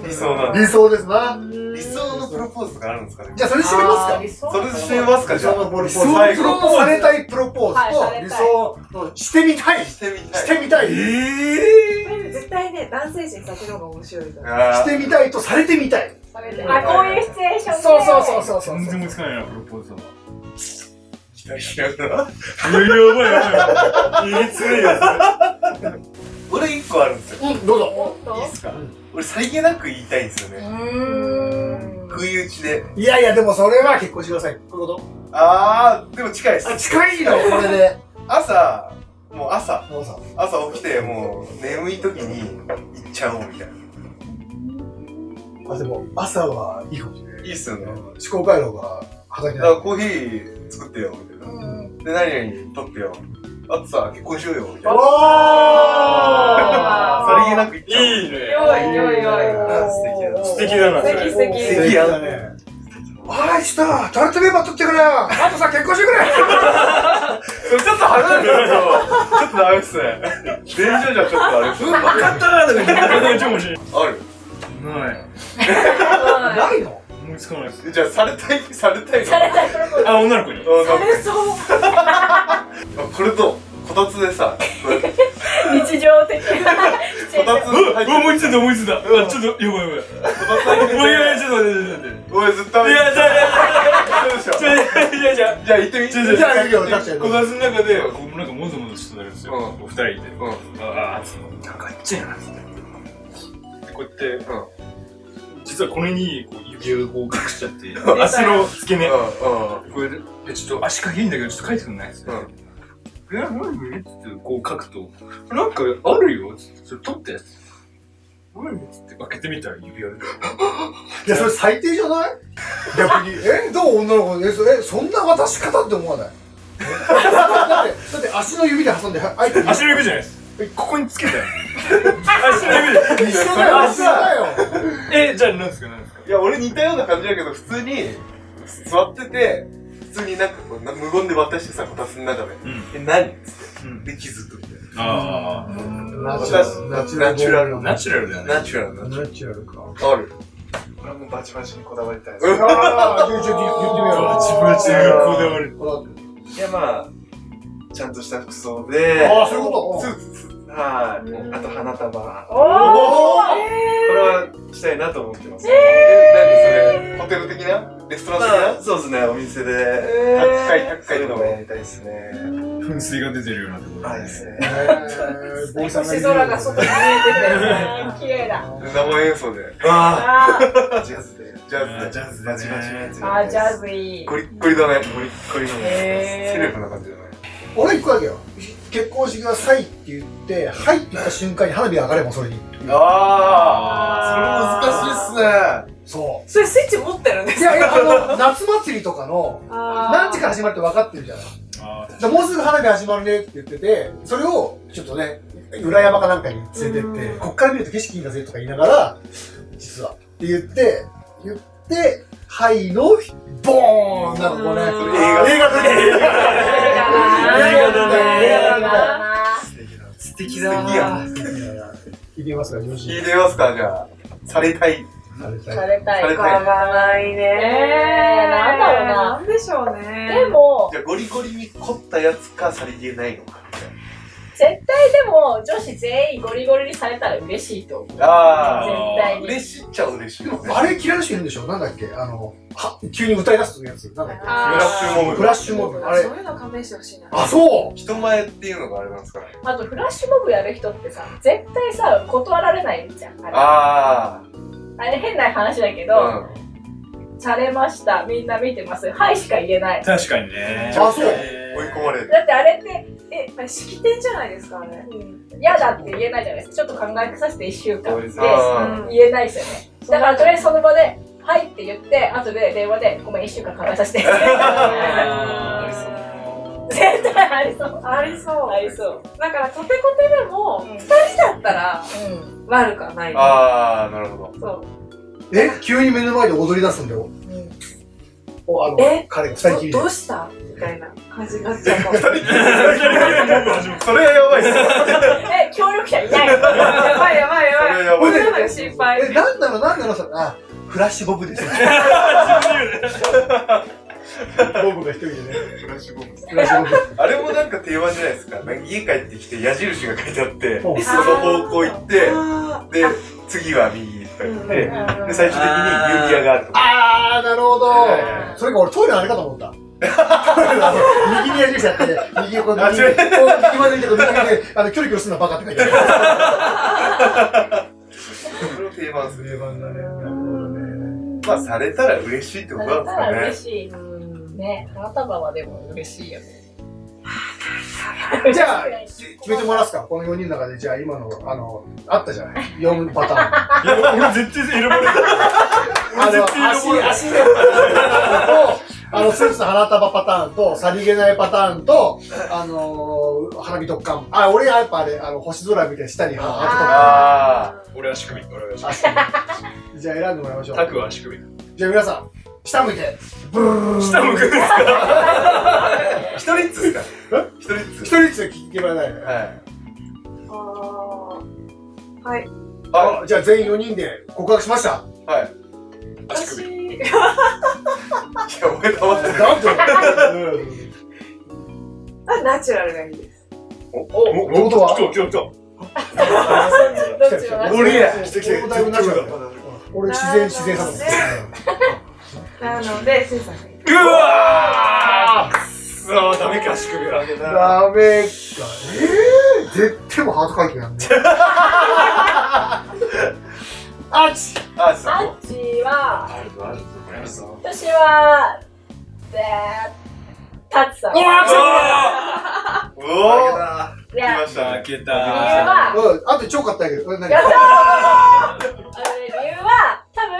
Speaker 2: 理想
Speaker 1: う
Speaker 2: なんん
Speaker 1: 理想ですな。
Speaker 2: 理想のプロポーズとかあるんですかね
Speaker 1: じゃあ、それ締めますか
Speaker 7: あー理想
Speaker 2: それで締めますか
Speaker 1: 理
Speaker 2: じゃ
Speaker 1: 想
Speaker 2: あ
Speaker 1: のプロポーズ。
Speaker 2: 最
Speaker 1: プロポーズ
Speaker 2: 後
Speaker 1: されたいプロポーズ
Speaker 7: は
Speaker 1: と
Speaker 7: い
Speaker 1: 理想のしてみたい。し
Speaker 2: してみたい
Speaker 1: てみたい。し
Speaker 5: 絶対ね、男性陣先の方が面白いから。
Speaker 2: あー
Speaker 1: てみたいとされてみたい。
Speaker 7: あこういうシチュエーションで
Speaker 1: そうそうそうそうそ
Speaker 4: よ。
Speaker 1: う。
Speaker 4: 全然もつかないな、プロポーズは。
Speaker 2: 期待しなが ら
Speaker 4: いや、やば いやばい。えげつないや
Speaker 2: 俺一個あるんですよ
Speaker 1: うん、どうぞ。
Speaker 7: おっと
Speaker 2: いいっすか俺さりげなく言いたいんですよね不意打ちで
Speaker 1: いやいや、でもそれは結婚してください。こういうこ
Speaker 2: あーでも近いです
Speaker 1: と。あ、近いの、これで。
Speaker 2: 朝もう朝
Speaker 1: どうぞ。
Speaker 2: 朝起きてもう眠い時に行っちゃおうみたいな
Speaker 1: あ、でも、朝はいいかもしれない。
Speaker 2: いいっすよね
Speaker 1: 思考回路が働き
Speaker 2: あ
Speaker 1: な
Speaker 2: コーヒー作ってよみたいなで何々取ってよあとさ結婚しようよみたい
Speaker 1: い。
Speaker 2: なさりげなく言っちゃおう
Speaker 4: ばい。いいね。
Speaker 5: よいよいよい。
Speaker 2: あー素敵だ
Speaker 4: 素敵だな、そ
Speaker 5: 素敵
Speaker 4: れ。
Speaker 5: 素敵。
Speaker 1: 素敵だね。はい、した。トイレットペーパー取ってくれよ。あとさ、結婚してくれ。
Speaker 2: それちょっと離れてるとちょっとダメっすね電車じゃちょっとあれっすね
Speaker 4: 分かったーとか言ってたら、かもしれ
Speaker 2: ある
Speaker 4: ない。
Speaker 1: ないの
Speaker 4: 思いつかないです。
Speaker 2: じゃあされたいされたいの
Speaker 7: されたいプロポーズ
Speaker 4: あ、女の子に。
Speaker 2: あなんか
Speaker 7: えそう
Speaker 2: これとこたつでさこうやって
Speaker 7: 日常 的なシチュエ
Speaker 2: こ
Speaker 7: ーション
Speaker 2: たつ
Speaker 4: う
Speaker 2: 入
Speaker 4: わ
Speaker 2: ってる
Speaker 4: 思いついた思いついた。うわ、ちょっと、やばいやばい。う
Speaker 2: こたつ入ってる
Speaker 4: わいやいや、ちょっと待って、ちょっと待って。
Speaker 2: おい絶対
Speaker 4: いや、じゃあ、
Speaker 2: そうでしょ
Speaker 4: じゃあ、じゃあ、じゃあ。
Speaker 2: じゃあ行ってみ
Speaker 4: じゃあじ
Speaker 1: ゃあ行くよ確かに
Speaker 4: こたつの中で、こうなんかもぞもぞしてたんですよ。
Speaker 2: うん
Speaker 4: お二人いて。
Speaker 2: うん
Speaker 4: ああ、なんかいっちゃいな、つって。こうやって、実はこれにこう指をこう隠しちゃって、足の付け根。
Speaker 2: うんうん
Speaker 4: これで、でちょっと足かけいいんだけど、ちょっと書いてくんないっすね。え、何つってこう書くと、なんかあるよつって、それ取って。何つって開けてみたら指輪で。
Speaker 1: いや、それ最低じゃない逆に。え、どう女の子に。え、そえそんな渡し方って思わないだって、 だって足の指で挟んで、あ相手に。
Speaker 4: 足の指じゃないです。ここにつけたよ。足の指で。
Speaker 1: 一緒だよ、
Speaker 2: 足
Speaker 1: 一緒だよ。
Speaker 4: え、じゃあ何ですか何ですか
Speaker 2: いや俺似たような感じだけど普通に座ってて普通になんかこうな無言で渡してさこたつの中で
Speaker 4: うん。
Speaker 2: 「え何?」っつって、
Speaker 4: うん
Speaker 2: で気づくみたいな
Speaker 4: ああ。
Speaker 1: ナ
Speaker 2: チュラル
Speaker 1: ナチュラル。
Speaker 4: ナチュラルだよね。
Speaker 2: ナチュラルな
Speaker 1: ナチュラルか。
Speaker 2: ある
Speaker 6: 俺もバチバチにこだわりたいです
Speaker 2: うん
Speaker 1: ああ、言ってみ
Speaker 4: バチ
Speaker 1: よ
Speaker 4: バチがこだわり。
Speaker 1: う。
Speaker 6: いやまあちゃんとした服装で
Speaker 1: ああ、そういうこ
Speaker 2: ス
Speaker 1: と。
Speaker 2: ーツスーツ
Speaker 6: はいあと花束こ
Speaker 7: おー
Speaker 6: れはしたいなと思ってます
Speaker 2: え何それホテル的なレストラン的な、
Speaker 6: まあそうですねお店で
Speaker 2: 100回100
Speaker 6: そうい
Speaker 2: 回
Speaker 6: うの
Speaker 2: の
Speaker 6: もやりたいですね
Speaker 4: 噴水が出てるようなところ
Speaker 6: はい
Speaker 4: で
Speaker 6: ですね
Speaker 5: 星空が外に見
Speaker 7: あー綺麗だ
Speaker 2: 生演奏で
Speaker 6: あ
Speaker 7: あー
Speaker 6: あジャズで
Speaker 2: ジャズで
Speaker 4: ジャズだ
Speaker 6: バチバチの
Speaker 4: ね
Speaker 6: や。つ
Speaker 7: あージャズいい
Speaker 2: ゴリッゴリだね
Speaker 6: ゴリッゴリの
Speaker 7: へー
Speaker 2: セレブな感じじゃない
Speaker 1: 俺一個だけよ。結婚してくださいって言って、はいって言った瞬間に花火上がれもんそれに。
Speaker 2: ああそれ難しいっすね
Speaker 1: そ
Speaker 5: それスイッチ持ってるんで
Speaker 1: う。い
Speaker 5: す
Speaker 1: やいや、あの、夏祭りとかの、何
Speaker 5: 何
Speaker 1: 時から始まるって分かってるじゃない。
Speaker 4: あ
Speaker 1: じゃあもうすぐ花火始まるねって言ってて、それをちょっとね、裏山かなんかに連れてって、こっから見ると景色いいんだぜとか言いながら、実は。って言って、言って、はいの、ボーンなんかこうね、
Speaker 2: 映画
Speaker 1: 映画撮り
Speaker 7: 映
Speaker 4: だ
Speaker 7: だな
Speaker 4: ね
Speaker 7: 映画だな
Speaker 6: 素敵だな
Speaker 1: 聞いてみますか、よろし
Speaker 2: 聞
Speaker 1: い
Speaker 2: いてみますかじゃあ。されたい。
Speaker 1: されたい
Speaker 7: された
Speaker 2: され
Speaker 7: い
Speaker 2: たい
Speaker 5: わがないね
Speaker 7: えーなんだろうな
Speaker 5: なんでしょうね
Speaker 7: でも
Speaker 2: じゃあ、ゴリゴリに凝ったやつか、さりげないのか。
Speaker 7: 絶対でも女子全員ゴリゴリにされたら嬉しいと思う
Speaker 2: あ
Speaker 7: 絶対
Speaker 2: あ。
Speaker 7: に
Speaker 2: 嬉しいっちゃ嬉しい
Speaker 1: で
Speaker 2: よね。
Speaker 1: もあれ嫌いな人いるんでしょなんだっけあの、は、急に歌い出すやつ。なんだっ
Speaker 7: あ
Speaker 2: フラッシュモ
Speaker 1: け
Speaker 2: ブ
Speaker 1: フラッシュモブ。あれ
Speaker 5: そ。ういうの勘弁してほしいな
Speaker 1: あ、そう
Speaker 2: 人前っていうのがあれなんですかね。
Speaker 7: あとフラッシュモブやる人ってさ絶対さ断られないじゃんあれ
Speaker 2: あ
Speaker 7: あれ変な話だけ
Speaker 2: あ。
Speaker 7: ど、
Speaker 2: うん。
Speaker 7: されましたみんな見てますはいしか言えない
Speaker 4: 確かにね
Speaker 1: あそう
Speaker 2: 追い込まれる。
Speaker 7: だってあれって
Speaker 5: えあれ式典じゃないですかあれ
Speaker 7: 嫌だって言えないじゃないですかちょっと考えさせて1週間で
Speaker 2: あ
Speaker 7: 言えないですよねだからとりあえずその場で「はい」って言って後で電話で「ごめん1週間考えさせ て」絶対ありそう
Speaker 5: ありそう
Speaker 7: ありそう
Speaker 5: だからコテコテでも
Speaker 7: うん
Speaker 5: 2人だったら悪くはない
Speaker 2: あー、なるほど。
Speaker 5: そう
Speaker 1: え急に目の前で踊り出すんだよ。
Speaker 7: うん
Speaker 1: お、あの
Speaker 5: え、
Speaker 1: 彼、二人き
Speaker 5: ど
Speaker 1: りで
Speaker 5: ど。うしたみたいな感じになっちゃうかも
Speaker 2: それはやばいっす。
Speaker 7: え協力者いない
Speaker 5: やばいやばいや
Speaker 2: そ
Speaker 5: ばい
Speaker 2: れはやばい。
Speaker 5: そういうのが心配
Speaker 1: え、なんなのなんなのそれ。あ、フラッシュボブです。ボブが一人でね。
Speaker 2: フラッシュボム
Speaker 1: フラッシュボブ。
Speaker 2: あれもなんか定番じゃないですか。なんか家帰ってきて矢印が書いてあって、そ
Speaker 1: ほう
Speaker 2: の方向行って、
Speaker 5: あ
Speaker 2: で、次は右とか言って、で、
Speaker 7: うん
Speaker 2: 最終的に勇気屋があるとか。
Speaker 1: あー、なるほど
Speaker 2: え。
Speaker 1: それか俺トイレあれかと思った。右に矢印やって、右をこう、
Speaker 2: あ
Speaker 1: 右
Speaker 2: 違う
Speaker 1: こう右まで見て、こう右で、あの、キョロキョロするのバカって書いてある。
Speaker 2: それを定番する。定番だね。
Speaker 5: ー
Speaker 2: まあ、されたら嬉しいってことなん
Speaker 7: だから
Speaker 2: で
Speaker 7: 嬉
Speaker 2: す
Speaker 7: しいね花束はでも嬉しいよね
Speaker 1: じゃあ、決めてもらいますか。この4人の中で、じゃあ今の、あの、あったじゃない ?4 パターン。
Speaker 4: いや俺絶対選ばれない
Speaker 1: あの、
Speaker 4: 絶対喜ぶ
Speaker 1: 足、足のパターンと、あの、スーツの花束パターンと、さりげないパターンと、あのー、花火特感。あ、俺やっぱあれ、あの、星空みたいに下にあ
Speaker 2: あ
Speaker 4: 俺は足首俺は足
Speaker 1: あ足にじゃあ選んでもらいましょ
Speaker 4: 首タ
Speaker 1: う。
Speaker 4: クは足首
Speaker 1: じゃあ皆さん、下向いて。ブーン。
Speaker 4: 下向くんですか
Speaker 2: あ。一人っつうか。一人っつ
Speaker 1: 一
Speaker 2: う。
Speaker 1: 人ずつ聞けばないね。
Speaker 2: はい。
Speaker 5: あーはい
Speaker 2: は
Speaker 1: あじゃあ全員4人で告白しました。
Speaker 2: い。はい。
Speaker 4: 足首
Speaker 2: い
Speaker 5: 私
Speaker 2: や、俺黙ってる。
Speaker 1: なんと。うん
Speaker 5: あナチュラルがいいです
Speaker 1: おってことは
Speaker 4: 来た来た来
Speaker 7: どっちもなし
Speaker 1: 俺や
Speaker 2: 来て来て
Speaker 1: 俺もだいぶなっちゃうから俺自然自然派だ
Speaker 5: なのでせいさんがいい
Speaker 4: たうわーうわーダメか足首は
Speaker 1: ダメか。えー、絶対もうハート回帰なんで。あっち
Speaker 2: あ、そう。
Speaker 7: あっちは
Speaker 2: あるぞ、あるぞ、これ。
Speaker 7: 私はえータツさん理由
Speaker 2: うおー来ましたね
Speaker 4: 負。け
Speaker 7: は
Speaker 1: うん、あと超かったんやけど、これ何
Speaker 7: やったーあのね理由は多分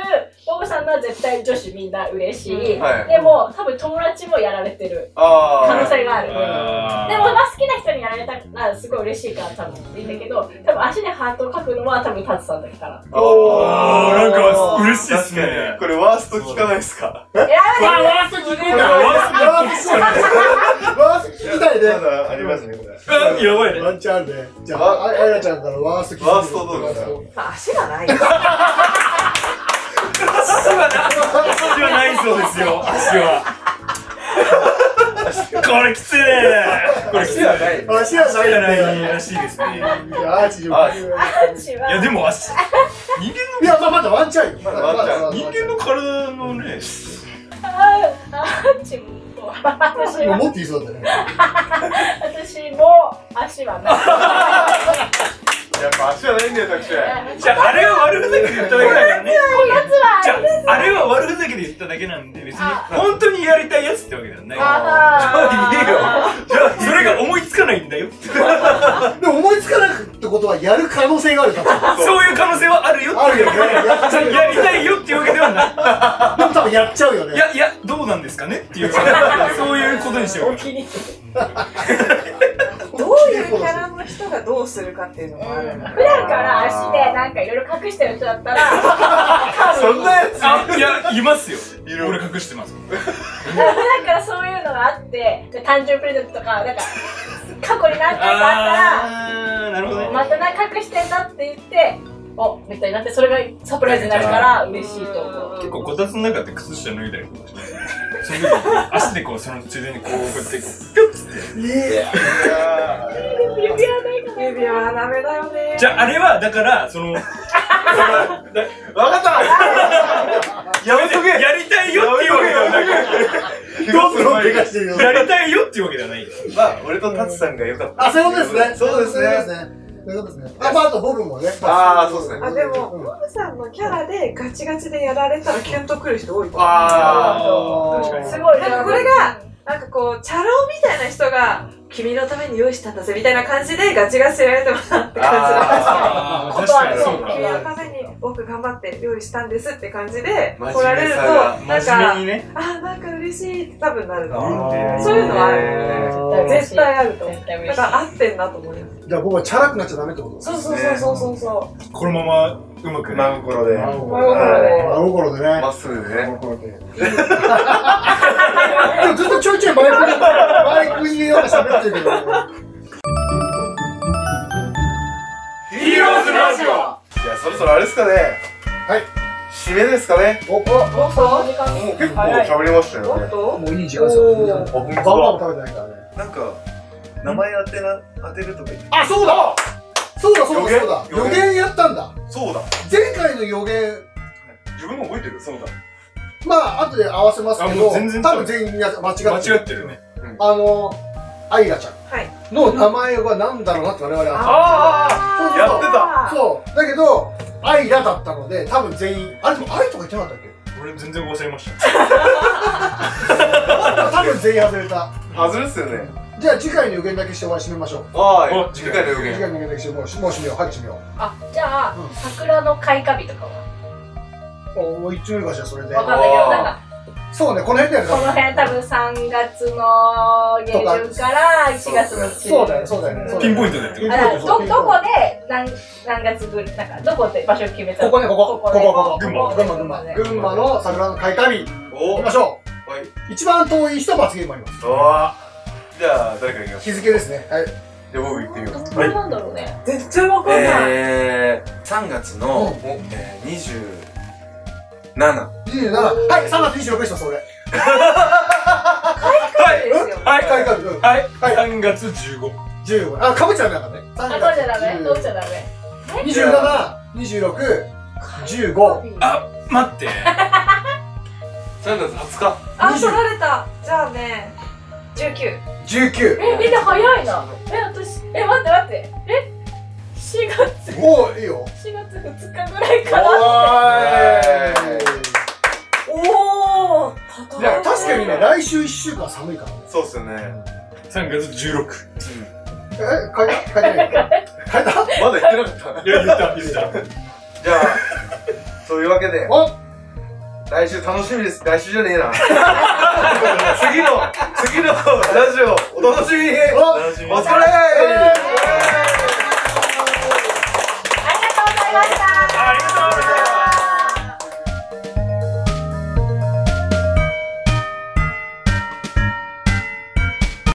Speaker 7: ボブさんのは絶対女子みんな嬉しい、
Speaker 2: はい。
Speaker 7: でも多分友達もやられてる可能
Speaker 2: あ
Speaker 7: 性がある
Speaker 4: あー
Speaker 7: でもまあ好きな人にやられたらすごい嬉しいから多分いいんだけど多分足にハートを描くのは多分タツさんだから
Speaker 2: ー。お
Speaker 4: あーなんか嬉しいっ
Speaker 2: 確
Speaker 4: す
Speaker 2: かに
Speaker 4: ね。
Speaker 2: これワースト聞かないですか
Speaker 7: やられて
Speaker 3: ワースト聞こえた
Speaker 1: ワースワース聞きたい
Speaker 2: ま
Speaker 1: ね。
Speaker 2: だありますね、これ。
Speaker 4: あやばいね
Speaker 1: ワンチャンあるね。じゃあ、ああやちゃんからワース聞きたい
Speaker 2: ワーストどうですか
Speaker 5: まあ足がない
Speaker 4: 足はないそうですよ足はこれきついねこれきついね
Speaker 2: ない
Speaker 1: あ、知ら
Speaker 4: 足が
Speaker 1: な
Speaker 4: ないい
Speaker 1: ね。
Speaker 4: らしいですね
Speaker 1: じゃあ、アーチじゃん。
Speaker 2: あ
Speaker 7: るタチはい
Speaker 4: やでも足
Speaker 1: いや、まあ、まだワンチャンよ。まだ
Speaker 2: ワンチャン
Speaker 1: まだ
Speaker 4: 人間の体のね
Speaker 7: あー足も私
Speaker 1: 今
Speaker 7: は
Speaker 1: もっと言いそうだったね。
Speaker 7: 私も足はな
Speaker 2: やっぱ足はないんだよ、タクシー。
Speaker 7: い
Speaker 4: じゃああれは悪ふざけで言っただけだからね
Speaker 7: 夏は
Speaker 4: じゃああれは悪ふざけで言っただけなんで別に本当にやりたいやつってわけではない
Speaker 7: あ
Speaker 2: いいよ
Speaker 7: ー
Speaker 4: じゃあそれが思いつかないんだよ
Speaker 1: でも思いつかなくってことはやる可能性があるから。
Speaker 4: そういう可能性はあるよ
Speaker 1: あるよね。やっちゃうよ。
Speaker 4: やりたいよっていうわけではない
Speaker 1: でも多分やっちゃうよね。
Speaker 4: いやいやどうなんですかねっていうそういうことにしてよう
Speaker 7: お気に入り
Speaker 5: どういうキャラの人がどどうするかっていうのもあるんだ
Speaker 7: 普段から足でなんかいろいろ隠してる人だったら、
Speaker 2: そんなやつ
Speaker 4: あいやいますよ
Speaker 2: いる
Speaker 4: 俺隠してます
Speaker 7: だからそういうのがあってで誕生日プレゼントとかなんか過去に何回かあっ
Speaker 4: あーなるほ
Speaker 7: た
Speaker 4: ど
Speaker 7: ら
Speaker 4: ね
Speaker 7: またなんか隠してんだって言っておみたいになってそれがサプライズになるから嬉しいと思う
Speaker 4: 結構こたつの中で靴下脱いだりとかしますその時に足でこうそのついでにこうこうやってこう
Speaker 7: 指輪ないかな
Speaker 5: 指はダメだよね
Speaker 4: じゃああれはだからそのや
Speaker 2: わかったやめとけ
Speaker 4: やりたいよっていうわけではな
Speaker 1: どんどん怪我してるよ
Speaker 4: く。やりたいよっていうわけではないよ
Speaker 2: まあ、俺とタツさんが良かった。
Speaker 1: あ、そういうことですね。
Speaker 2: そうですね。
Speaker 1: そういうことですね。あ、まあ、あとボブもね。
Speaker 2: あーそうですね
Speaker 5: あでもボブさんのキャラでガチガチでやられたらキュンとくる人多いと思う
Speaker 2: あ
Speaker 4: 確かに
Speaker 7: すごい
Speaker 5: なんかこれがなんかこうチャラ男みたいな人が君のために用意したんだぜみたいな感じでガチガチでやられてもなって感じ
Speaker 2: あ
Speaker 4: あ
Speaker 7: ー
Speaker 4: 確かに
Speaker 7: 断
Speaker 4: そ
Speaker 7: る
Speaker 4: う
Speaker 7: の
Speaker 5: 君
Speaker 4: か
Speaker 5: のために僕頑張って用意したんですって感じで
Speaker 2: 真面目
Speaker 5: 来られると
Speaker 2: さが
Speaker 4: 真
Speaker 5: なん
Speaker 4: 面
Speaker 5: か
Speaker 4: 目にね
Speaker 5: あなんか嬉しいって多分なるの
Speaker 2: ー
Speaker 5: そういうのはある
Speaker 7: 嬉しい
Speaker 5: 絶対あると思う
Speaker 7: 絶対嬉
Speaker 5: だ
Speaker 7: しい
Speaker 5: から合ってんなと思います
Speaker 1: じゃあ、僕はチャラくなっちゃダメってこと
Speaker 5: そうそうそうそうそうそ
Speaker 4: このままうまくね
Speaker 2: 真心で。
Speaker 1: 真
Speaker 5: う
Speaker 1: 心で。真心でね
Speaker 2: ま。っすぐでね。
Speaker 1: 真心で。でもずっとちょいちょいバイクに、バイクにような喋ってるけど。
Speaker 4: ヒーローズラジオ
Speaker 2: いや、そろそろあれですかね。
Speaker 1: はい。
Speaker 2: 締めですかね。
Speaker 1: お、お、
Speaker 5: おっと
Speaker 2: もう結構喋りましたよ
Speaker 5: お
Speaker 2: ね
Speaker 5: っ。と
Speaker 1: もういい時間ですよ。
Speaker 2: あ、本
Speaker 1: バンバンも食べてないからね。
Speaker 2: だ。なんか、名前当てな、当てるとか言って。
Speaker 1: あ、そうだそうだそうだそうだ
Speaker 2: 予
Speaker 1: 予
Speaker 2: 言
Speaker 1: 言やったんだ
Speaker 2: そうだ。
Speaker 1: 前回の予言、
Speaker 2: 自分も覚えてるそうだ。
Speaker 1: まあ、後で合わせますけ
Speaker 4: あも
Speaker 1: ど、
Speaker 4: う全然
Speaker 1: 多分全員や間違ってる
Speaker 4: 間違ってるね
Speaker 1: あの、アイラちゃ
Speaker 5: はい
Speaker 1: んの名前は何だろうなって我々は。
Speaker 2: あ
Speaker 1: そうそう
Speaker 2: やってた
Speaker 5: そう
Speaker 1: そう。だけど、アイラだったので、多分全員、あれでもアイとか言ってなかったっ け
Speaker 4: 俺全然忘れました
Speaker 1: 多分全員外れた。
Speaker 2: あ。外れっすよね。
Speaker 1: じゃあ次回の予言だけして終わり締めましょう。
Speaker 2: は
Speaker 4: お
Speaker 2: い。次回の予
Speaker 1: 次
Speaker 2: 言。
Speaker 1: 回の予言だけしてもうもう締めよう。はい、締めよ
Speaker 7: あじゃあ
Speaker 1: うん
Speaker 7: 桜の開花日とかは
Speaker 1: う。おもう一丁目かしら、それで
Speaker 7: わ。かんないけどなんか
Speaker 1: そうね、この辺だよ
Speaker 7: この
Speaker 1: ね。
Speaker 7: 辺多分3月の下旬から1月の中旬
Speaker 1: そうだよね、そうだよね。そうだ
Speaker 4: ピ
Speaker 1: よ
Speaker 4: ン
Speaker 1: ね
Speaker 4: ポイントでやって
Speaker 1: う
Speaker 4: る
Speaker 1: ん
Speaker 7: あだからどどこで何何月ぐらいなんかどこで場所決めた
Speaker 1: ここね、
Speaker 7: の
Speaker 1: ここ。ここ、ここ。
Speaker 4: 群
Speaker 1: 群
Speaker 4: 馬
Speaker 1: 馬、群馬、群馬。群馬の桜の開花日。行
Speaker 2: お
Speaker 1: きましょう。
Speaker 2: はい
Speaker 1: 一番遠い人は罰ゲームあります。
Speaker 2: あーじゃあ、誰か行きます。
Speaker 1: 日付ですね。はい。
Speaker 2: じゃあ、僕行ってみよう。
Speaker 7: これなんだろうね
Speaker 5: 絶対わかんない、
Speaker 2: えー、3月の、えー、27。
Speaker 1: 27。はい、3月26日です、それ。
Speaker 5: そうですよ
Speaker 4: はい
Speaker 1: 開花日。うん
Speaker 4: はい3月15
Speaker 1: 15。あ、かぶっちゃダメだから
Speaker 7: あ
Speaker 1: ね。
Speaker 7: 取っちゃダメ取っちゃダメ
Speaker 1: 27、26、15。
Speaker 4: 待って
Speaker 2: 3月20日。
Speaker 5: あ取られたじゃあね19
Speaker 1: 19
Speaker 7: えみんな早いなえ私え待って待ってえ4月
Speaker 1: おーいいよ
Speaker 7: 4月2日ぐらいかな
Speaker 1: おーい
Speaker 5: おお
Speaker 1: いや確かにね来週1週間寒いからね
Speaker 2: そうっすよね。
Speaker 4: 3月16
Speaker 1: え変えた変えてない変えた
Speaker 2: まだ言ってなかっ
Speaker 4: いや言った言った
Speaker 2: た。じゃあ、そういうわけで、
Speaker 1: お
Speaker 2: 来週楽しみです。来週じゃねえな。次の、次のラジオ、お楽しみに
Speaker 1: お
Speaker 2: お
Speaker 1: え
Speaker 2: 疲れ
Speaker 1: ー
Speaker 7: ありがとうございました